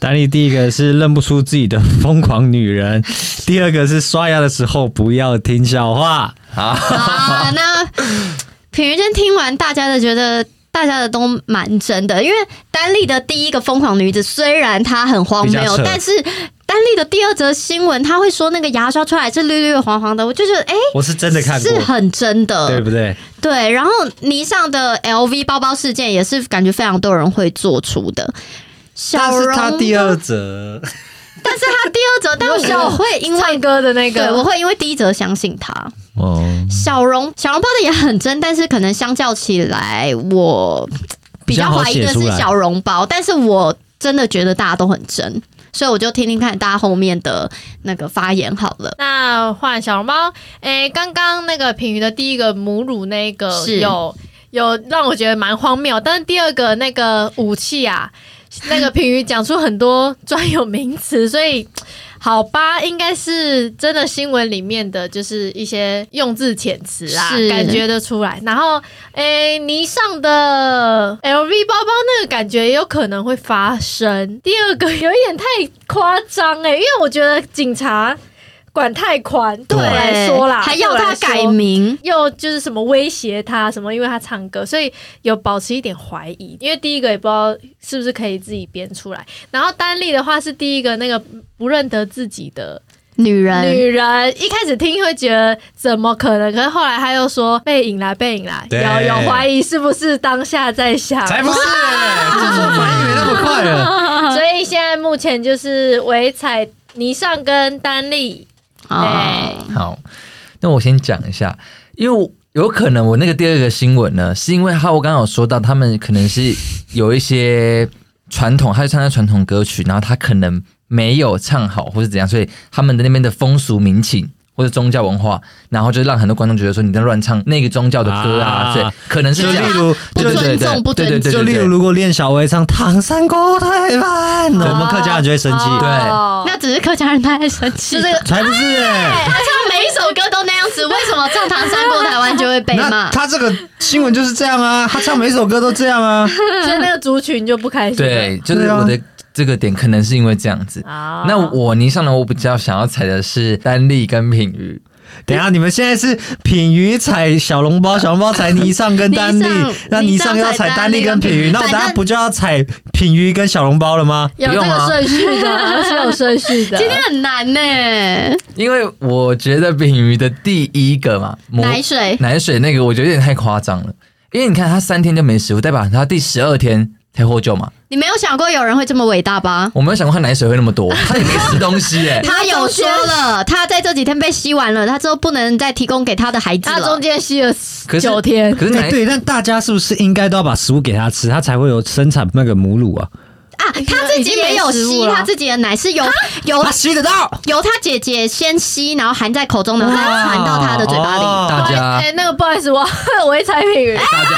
Speaker 4: 丹尼第一个是认不出自己的疯狂女人， 第二个是刷牙的时候不要听笑话。
Speaker 3: 啊，那品瑜真听完大家的，觉得大家的都蛮真的，因为丹丽的第一个疯狂女子虽然她很荒
Speaker 4: 比较
Speaker 3: 谬
Speaker 4: 扯，
Speaker 3: 但是。丹丽的第二则新闻，她会说那个牙刷出来是绿绿黄黄的，我就觉得哎、
Speaker 4: 我是真的看过
Speaker 3: 是，很真的，
Speaker 4: 对不对？
Speaker 3: 对，然后尼上的 LV 包包事件也是感觉非常多人会做出的。小
Speaker 4: 但
Speaker 3: 荣
Speaker 4: 是
Speaker 3: 包，
Speaker 4: 他第二则，
Speaker 3: 但是他第二则，但是我会因为
Speaker 2: 唱歌的那
Speaker 3: 对，我
Speaker 2: 个，
Speaker 3: 会因为第一则相信他。
Speaker 4: 哦，
Speaker 3: 小荣，小荣包的也很真，但是可能相较起来，我比较怀疑的是小笼包，但是我真的觉得大家都很真，所以我就听听看大家后面的那个发言好了。
Speaker 2: 那换小笼包，诶，刚刚那个品鱼的第一个母乳那个
Speaker 3: 是
Speaker 2: 有有让我觉得蛮荒谬，但是第二个那个武器啊，那个品鱼讲出很多专有名词，所以。好吧，应该是真的新闻里面的，就是一些用字遣词啊
Speaker 3: 是，
Speaker 2: 感觉得出来。然后，诶、尼哎上的 LV 包包那个感觉也有可能会发生。第二个有一点太夸张欸诶，因为我觉得警察管太宽，对我来说啦，
Speaker 3: 还要他
Speaker 2: 对我来
Speaker 3: 改
Speaker 2: 说。
Speaker 3: 名，
Speaker 2: 又就是什么威胁他什么，因为他唱歌，所以有保持一点怀疑。因为第一个也不知道是不是可以自己编出来，然后丹丽的话是第一个那个不认得自己的
Speaker 3: 女人。
Speaker 2: 女人，一开始听会觉得怎么可能，可是后来他又说被引来，被引来，
Speaker 4: 对
Speaker 2: 有有怀疑是不是当下在想，
Speaker 4: 才不是嘞，这种反应没那么快啊了。
Speaker 2: 所以现在目前就是维彩尼尚跟丹丽，啊
Speaker 3: 哦，
Speaker 1: 好，那我先讲一下，因为我有可能我那个第二个新闻呢，是因为他我刚刚有说到，他们可能是有一些传统，他是唱的传统歌曲，然后他可能没有唱好或是怎样，所以他们的那边的风俗民情。或者宗教文化，然后就让很多观众觉得说你在乱唱那个宗教的歌啊，
Speaker 4: 啊
Speaker 1: 所以可 能是
Speaker 4: 就
Speaker 1: 这
Speaker 4: 例
Speaker 1: 样。
Speaker 4: 如，
Speaker 3: 不
Speaker 1: 对对
Speaker 3: 尊
Speaker 1: 对
Speaker 3: 重，不
Speaker 1: 对
Speaker 3: 尊
Speaker 1: 对哦
Speaker 3: 重。
Speaker 4: 就例如，如果练小薇唱《唐山锅腿饭》，我哦们客家人就会生气，
Speaker 1: 对
Speaker 2: 哦
Speaker 3: 那只是客家人太生气了，
Speaker 4: 才不是嘞。
Speaker 3: 他啊唱每一首歌都那样子，为什么唱《唐山过台湾》就会被
Speaker 4: 那
Speaker 3: 骂？
Speaker 4: 他这个新闻就是这样啊， 他唱每首歌都这样 啊。
Speaker 2: 所以那个族群就不开心了，
Speaker 1: 对，就是
Speaker 4: 对啊
Speaker 1: 我的这个点可能是因为这样子。
Speaker 2: 啊
Speaker 1: 那我尼上呢，我比较想要踩的是丹丽跟品瑜，
Speaker 4: 等一下，你们现在是品鱼踩小笼包，小笼包踩泥上跟丹
Speaker 3: 泥上
Speaker 4: 丽，那泥上
Speaker 3: 泥上
Speaker 4: 要
Speaker 3: 踩
Speaker 4: 踩
Speaker 3: 丹
Speaker 4: 丹
Speaker 3: 丽
Speaker 4: 丽
Speaker 3: 跟
Speaker 4: 跟品
Speaker 3: 品鱼
Speaker 4: 鱼，那我
Speaker 3: 反
Speaker 4: 等下
Speaker 3: 正
Speaker 4: 不就要踩品鱼跟小笼包了吗？
Speaker 2: 有
Speaker 1: 不
Speaker 2: 这
Speaker 1: 用
Speaker 2: 个
Speaker 1: 啊
Speaker 2: 顺序 的，是有顺序的。
Speaker 3: 今天很难呢、
Speaker 1: 因为我觉得品瑜的第一个嘛，母
Speaker 3: 奶水
Speaker 1: 奶水那个，我觉得有点太夸张了。因为你看他三天就没食物，代表他第十二天才获救嘛。
Speaker 3: 你没有想过有人会这么伟大吧？
Speaker 1: 我没有想过他奶水会那么多，他也没吃东西哎、
Speaker 3: 他有说了，他在这几天被吸完了，他之后不能再提供给他的孩子
Speaker 2: 他
Speaker 3: 了
Speaker 2: 中。间吸了
Speaker 1: 可是
Speaker 2: 九天，
Speaker 1: 可是
Speaker 4: 哎
Speaker 1: 奶
Speaker 4: 对，但大家是不是应该都要把食物给他吃，他才会有生产那个母乳啊？
Speaker 3: 啊，他自己也有
Speaker 2: 已经没食
Speaker 3: 吸
Speaker 2: 物了
Speaker 3: 他自己的奶，是由由
Speaker 4: 他吸得到，
Speaker 3: 由他姐姐先吸，然后含在口中，然后再传到他的嘴巴里。
Speaker 4: 哦
Speaker 1: 大家
Speaker 2: 哎、那个不好意思，我我一产 品
Speaker 1: 大家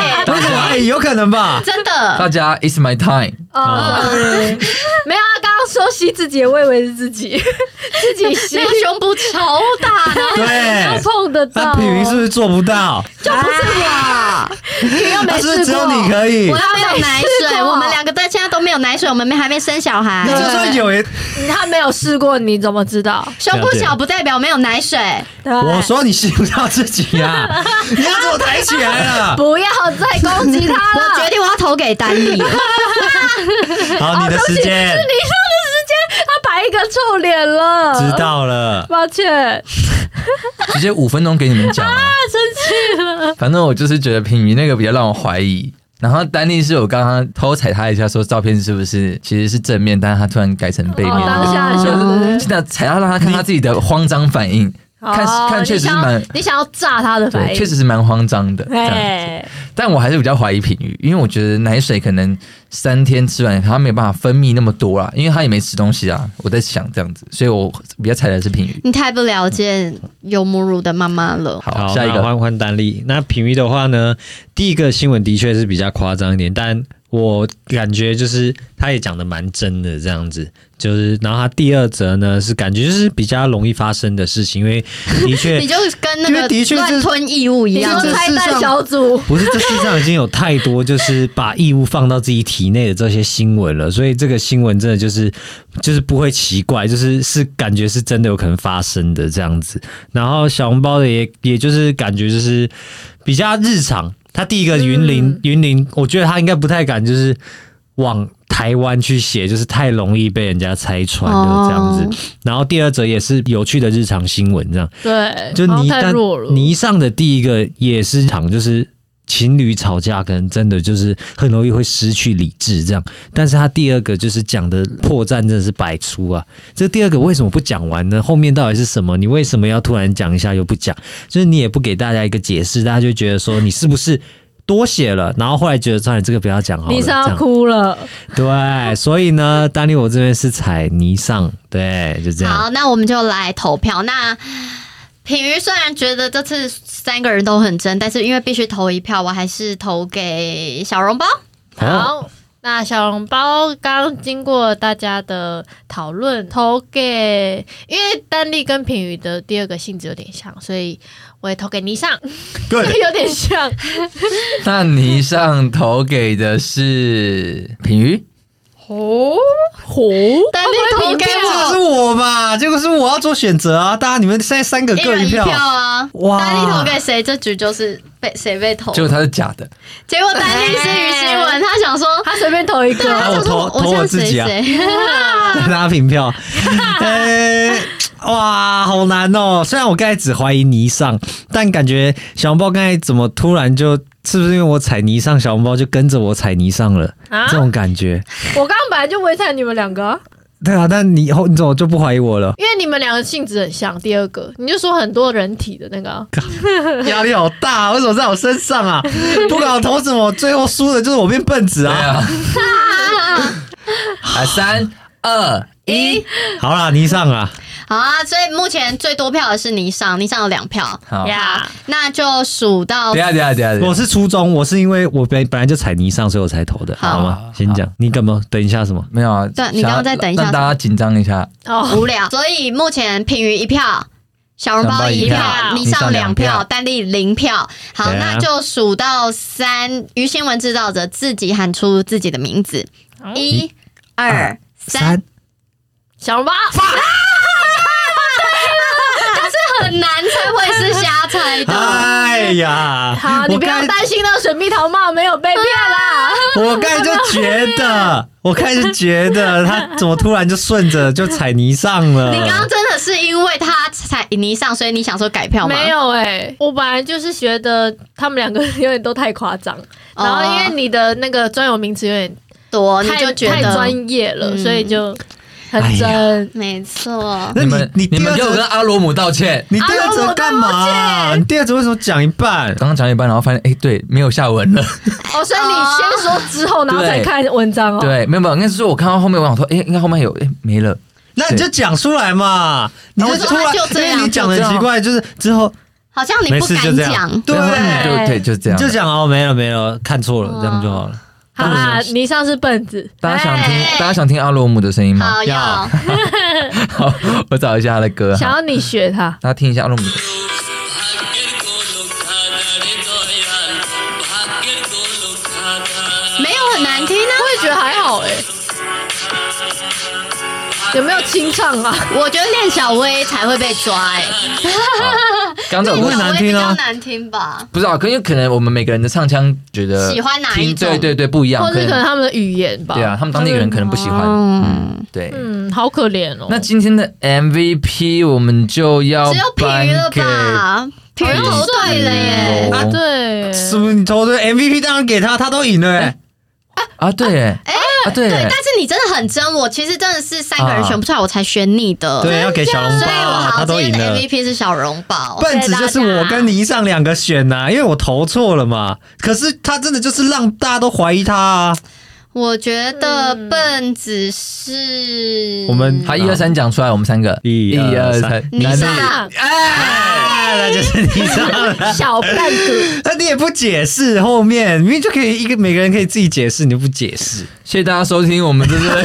Speaker 3: 哎
Speaker 1: 大家
Speaker 4: 哎，有可能吧？
Speaker 3: 真的，
Speaker 1: 大家，It's my time。
Speaker 2: 哦， 没有啊，刚刚说吸自己，我以为是自 己自己吸
Speaker 3: 那，个胸部超 大的，
Speaker 2: 要
Speaker 4: 对，
Speaker 2: 碰得到、哦
Speaker 4: 那品云是不是做不到？
Speaker 3: 就不是
Speaker 2: 啊
Speaker 3: 我，
Speaker 2: 你又没
Speaker 4: 他
Speaker 2: 试
Speaker 4: 是
Speaker 2: 过，
Speaker 4: 不是只有你可以
Speaker 3: 我？要没有
Speaker 2: 没
Speaker 3: 奶
Speaker 2: 试
Speaker 3: 水，
Speaker 2: 过
Speaker 3: 我们两个都现在都没有奶水，我们没还没生小孩
Speaker 4: 你。就算有也，
Speaker 2: 他没有试过，你怎么知道？
Speaker 3: 胸部小不代表没有奶水，
Speaker 2: 对
Speaker 4: 我说你吸不到自己 啊！你要给我抬起来啊了。
Speaker 2: 不要再攻击他了，
Speaker 3: 我 决定我要投给丹尼。
Speaker 4: 好，你的时间
Speaker 2: 是你说的时间，他摆一个臭脸了，
Speaker 4: 知道了。
Speaker 2: 抱歉，
Speaker 1: 直接五分钟给你们讲啊！生气了。反正我就是觉得平鱼那个比较让我怀疑。然后丹尼是我刚刚偷踩他一下，说照片是不是其实是正面，但是他突然改成背面
Speaker 2: 哦，当
Speaker 1: 的。
Speaker 2: 下就是
Speaker 1: 真的踩他，让他看他自己的慌张反应，看看确实是蛮
Speaker 2: 哦你想要你想要炸他的反
Speaker 1: 对，
Speaker 2: 应，
Speaker 1: 确实是蛮慌张的。这样
Speaker 2: 哎，
Speaker 1: 但我还是比较怀疑品鱼，因为我觉得奶水可能三天吃完，它没有办法分泌那么多啦，因为它也没吃东西啊。我在想这样子，所以我比较踩的是品鱼。
Speaker 3: 你太不了解有母乳的妈妈了。
Speaker 1: 好，下一
Speaker 4: 那
Speaker 1: 个
Speaker 4: 换换丹丽。那品鱼的话呢，第一个新闻的确是比较夸张一点，但我感觉就是他也讲的蛮真的这样子。就是，然后他第二则呢是感觉就是比较容易发生的事情，因为的 确
Speaker 3: 你就是跟那
Speaker 4: 因
Speaker 3: 个
Speaker 4: 为的确就是
Speaker 3: 乱吞异物一
Speaker 2: 你
Speaker 3: 样
Speaker 2: 说，
Speaker 4: 这
Speaker 2: 拆
Speaker 4: 世
Speaker 2: 弹
Speaker 4: 上
Speaker 2: 小组，
Speaker 4: 不是，这世上已经有太多就是把异物放到自己体内的这些新闻了，所以这个新闻真的就是就是不会奇怪，就是是感觉是真的有可能发生的这样子。然后小红包的也也就是感觉就是比较日常。他第一个云林，云林，我觉得他应该不太敢就是往台湾去写，就是太容易被人家拆穿了这样子。
Speaker 3: 哦
Speaker 4: 然后第二则也是有趣的日常新闻这样。
Speaker 2: 对，
Speaker 4: 就
Speaker 2: 好像
Speaker 4: 泥
Speaker 2: 太
Speaker 4: 但
Speaker 2: 弱了，
Speaker 4: 泥上的第一个也是场，就是情侣吵架，可能真的就是很容易会失去理智这样。但是他第二个就是讲的破绽真的是百出啊！这第二个为什么不讲完呢？后面到底是什么？你为什么要突然讲一下又不讲？就是你也不给大家一个解释，大家就觉得说你是不是？多写了，然后后来觉得算了，这个不要讲好了。
Speaker 2: 你
Speaker 4: 这
Speaker 2: 是要
Speaker 4: 样
Speaker 2: 哭了，
Speaker 4: 对，所以呢，丹尼我这边是踩泥上，对，啊就这样。
Speaker 3: 好，那我们就来投票。那品瑜虽然觉得这次三个人都很真，但是因为必须投一票，我还是投给小笼包。
Speaker 2: 好。那小笼包刚经过大家的讨论，投给因为丹丽跟品宇的第二个性质有点像，所以我也投给倪尚，
Speaker 4: 对
Speaker 2: 有点像。
Speaker 1: 那你上头给的是品鱼，
Speaker 2: 哦吼！
Speaker 3: 但你投给
Speaker 4: 这 是
Speaker 3: 我
Speaker 4: 我吧？结果是我要做选择啊！大家你们现在三个
Speaker 3: 一
Speaker 4: 各
Speaker 3: 人
Speaker 4: 一
Speaker 3: 一
Speaker 4: 票，
Speaker 3: 票啊！
Speaker 4: 哇
Speaker 3: 丹妮投给谁，这局就是被谁被投。
Speaker 1: 结果它是假 的，
Speaker 3: 结果丹妮是于新文，他想说，
Speaker 2: 他随便投一
Speaker 3: 对，
Speaker 2: 个，
Speaker 3: 他
Speaker 4: 啊我
Speaker 3: 想
Speaker 4: 投
Speaker 3: 说
Speaker 4: 投我
Speaker 3: 像
Speaker 4: 自
Speaker 3: 谁
Speaker 4: 己啊
Speaker 3: 谁。啊
Speaker 4: 大家平票。 呃、哇，好难哦！虽然我刚才只怀疑泥上，但感觉小红包刚才怎么突然就是不是因为我踩泥上，小红包就跟着我踩泥上了？
Speaker 2: 啊
Speaker 4: 这种感觉。
Speaker 2: 我刚刚本来就围踩你们两个啊、
Speaker 4: 对啊，但你以后你怎么就不怀疑 我了？
Speaker 2: 因为你们两个性质很像。第二个，你就说很多人体的那个啊、
Speaker 4: 压力好大、为什么在我身上啊？ 不管我投什么，最后输的就是我变笨子
Speaker 1: 对
Speaker 4: 啊！
Speaker 1: 啊。啊，三二一，
Speaker 4: 好啦，泥上啊，
Speaker 3: 好啊，所以目前最多票的是倪尚，倪尚有两票。
Speaker 1: 好，等
Speaker 2: 呀，
Speaker 3: 那就数到
Speaker 1: 一下等一下等一下等一
Speaker 4: 我
Speaker 1: 下，
Speaker 4: 是初中，我是因为我本本来就踩泥上，所以我才投的，
Speaker 3: 好
Speaker 4: 好吗？先讲，你干嘛？等一下什么？
Speaker 1: 没有啊，
Speaker 3: 对你刚
Speaker 1: 想
Speaker 3: 刚
Speaker 1: 要
Speaker 3: 在等一下
Speaker 1: 让大家紧张一下，
Speaker 2: 哦，
Speaker 3: 无聊，所以目前品瑜一票，小
Speaker 1: 小
Speaker 3: 笼
Speaker 1: 笼
Speaker 3: 包
Speaker 1: 包
Speaker 3: 一
Speaker 1: 一
Speaker 3: 票，
Speaker 2: 票
Speaker 3: 倪尚两
Speaker 1: 倪尚两票
Speaker 3: 票，丹丽零票。好，
Speaker 4: 对啊
Speaker 3: 那就数到三，于新闻制造者自己喊出自己的名字，一、二、三，，
Speaker 2: 小笼包，
Speaker 3: 很难才会是瞎 猜的。
Speaker 4: 哎呀，
Speaker 2: 好，你
Speaker 4: 我
Speaker 2: 不要
Speaker 4: 刚才
Speaker 2: 担心那个水蜜桃帽没有被骗啦。
Speaker 4: 我刚才就觉得，我开始觉得他怎么突然就顺着就踩泥上了？
Speaker 3: 你刚刚真的是因为他踩泥上，所以你想说改票吗？
Speaker 2: 没，有哎、我本来就是觉得他们两个有点都太夸张，然后因为你的那个专有名词有点
Speaker 3: 多哦你
Speaker 2: 太
Speaker 3: 就觉
Speaker 2: 太
Speaker 3: 得
Speaker 2: 专业了，
Speaker 3: 嗯
Speaker 2: 所以就很
Speaker 4: 哎呀
Speaker 2: 真。
Speaker 3: 没错。
Speaker 1: 你
Speaker 4: 那你
Speaker 1: 们
Speaker 4: 你
Speaker 1: 你
Speaker 4: 第
Speaker 1: 们
Speaker 4: 二
Speaker 1: 给我跟
Speaker 4: 则，
Speaker 1: 阿罗姆道歉。
Speaker 4: 你第二
Speaker 3: 啊
Speaker 4: 则干嘛？你第二则为什么讲一半？
Speaker 1: 刚刚讲一半，然后发现哎、对，没有下文了。
Speaker 2: 哦，所以你先说之后，然后
Speaker 1: 对
Speaker 2: 才看文章哦。
Speaker 1: 对，没有没有，应该是说我看到后面，我想说，哎、应该后面有，哎、没了。
Speaker 4: 那你就讲出来嘛！你
Speaker 3: 啊我
Speaker 4: 就
Speaker 3: 说
Speaker 4: 突然，
Speaker 3: 就这样
Speaker 4: 因为你讲的
Speaker 1: 就这
Speaker 4: 奇
Speaker 1: 样
Speaker 4: 怪，就是之后
Speaker 3: 好像你
Speaker 4: 没
Speaker 3: 不
Speaker 4: 事就
Speaker 3: 敢
Speaker 4: 这样
Speaker 3: 讲，
Speaker 4: 对
Speaker 1: 然后就对，就这
Speaker 4: 你
Speaker 1: 样。
Speaker 4: 就讲哦，没了没了，看错了，这样就好了。
Speaker 2: 好啦，你上是笨子，
Speaker 1: 大家想听
Speaker 3: 哎，
Speaker 1: 大家想听阿罗姆的声音吗？
Speaker 3: 好要
Speaker 4: 要
Speaker 1: 好，我找一下他的歌。
Speaker 2: 想
Speaker 1: 好
Speaker 2: 要你学他。
Speaker 1: 大家听一下阿罗姆的。
Speaker 3: 没有很难听啊。
Speaker 2: 我也觉得还好哎、有没有清唱啊？
Speaker 3: 我觉得练小薇才会被抓、欸，
Speaker 1: 刚才
Speaker 3: 哎，
Speaker 1: 我
Speaker 4: 会
Speaker 1: 问
Speaker 4: 拿难听啊
Speaker 3: 比较难听吧？
Speaker 1: 不知道，可因为可能我们每个人的唱腔觉得
Speaker 3: 喜欢哪一
Speaker 1: 听
Speaker 3: 种
Speaker 1: 对对对，不一样。
Speaker 2: 或是可能他们的语言吧。
Speaker 1: 对啊，，他们当地人可能不喜欢。
Speaker 3: 嗯，
Speaker 1: 对，
Speaker 2: 嗯，好可怜哦。
Speaker 1: 那今天的 MVP 我们就要
Speaker 3: 只有皮
Speaker 1: 颁
Speaker 3: 鱼了
Speaker 1: 给
Speaker 3: 吧？皮鱼
Speaker 1: 好
Speaker 3: 投
Speaker 1: 像
Speaker 3: 对了耶
Speaker 1: 是！
Speaker 2: 啊，对，
Speaker 4: 是不是你投对 MVP 当然给他，他都赢了哎。
Speaker 1: 啊，对，哎啊对，
Speaker 3: 对，但是你真的很真，我其实真的是三个人
Speaker 1: 啊
Speaker 3: 选不出来，我才选你嗯的。
Speaker 4: 对，要给小笼
Speaker 3: 所
Speaker 4: 包
Speaker 3: 以我好
Speaker 4: 啊，他
Speaker 3: 今
Speaker 4: 都
Speaker 3: 天
Speaker 4: 赢
Speaker 3: 的
Speaker 4: 了。
Speaker 3: MVP 是小笼包。
Speaker 4: 笨子就是我跟
Speaker 3: 你
Speaker 4: 倪尚两个选啊
Speaker 3: 哦
Speaker 4: 呐、因为我投错了嘛。可是他真的就是让大家都怀疑他啊。
Speaker 3: 我觉得笨子是
Speaker 4: 我们
Speaker 1: 嗯他一二三讲出来，我们三个
Speaker 4: 一二三
Speaker 3: 你
Speaker 1: 男
Speaker 3: 上
Speaker 1: 的
Speaker 4: 哎，那就是倪尚 了。
Speaker 2: 小半子，
Speaker 4: 那你也不解释，后面明明就可以一个每个人可以自己解释，你就不解释。
Speaker 1: 谢谢大家收听我们这 次的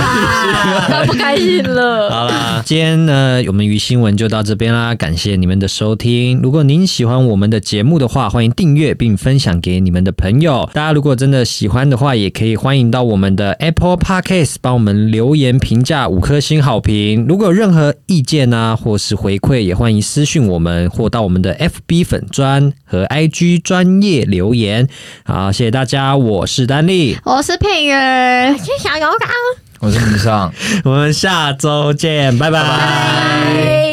Speaker 2: 他不开心了。
Speaker 4: 好啦，今天呢，我们鱼新闻就到这边啦，感谢你们的收听。如果您喜欢我们的节目的话，欢迎订阅并分享给你们的朋友。大家如果真的喜欢的话，也可以欢迎到我们的 Apple Podcast 帮我们留言评价五颗星好评。如果有任何意见啊，或是回馈，也欢迎私讯我们或到我们的 FB 粉专和 IG 专业留言。好，谢谢大家，我是丹力，
Speaker 3: 我是佩儿，
Speaker 2: 先想摇杆。
Speaker 1: 我是倪尚。
Speaker 4: 我们下周见，拜拜
Speaker 2: 拜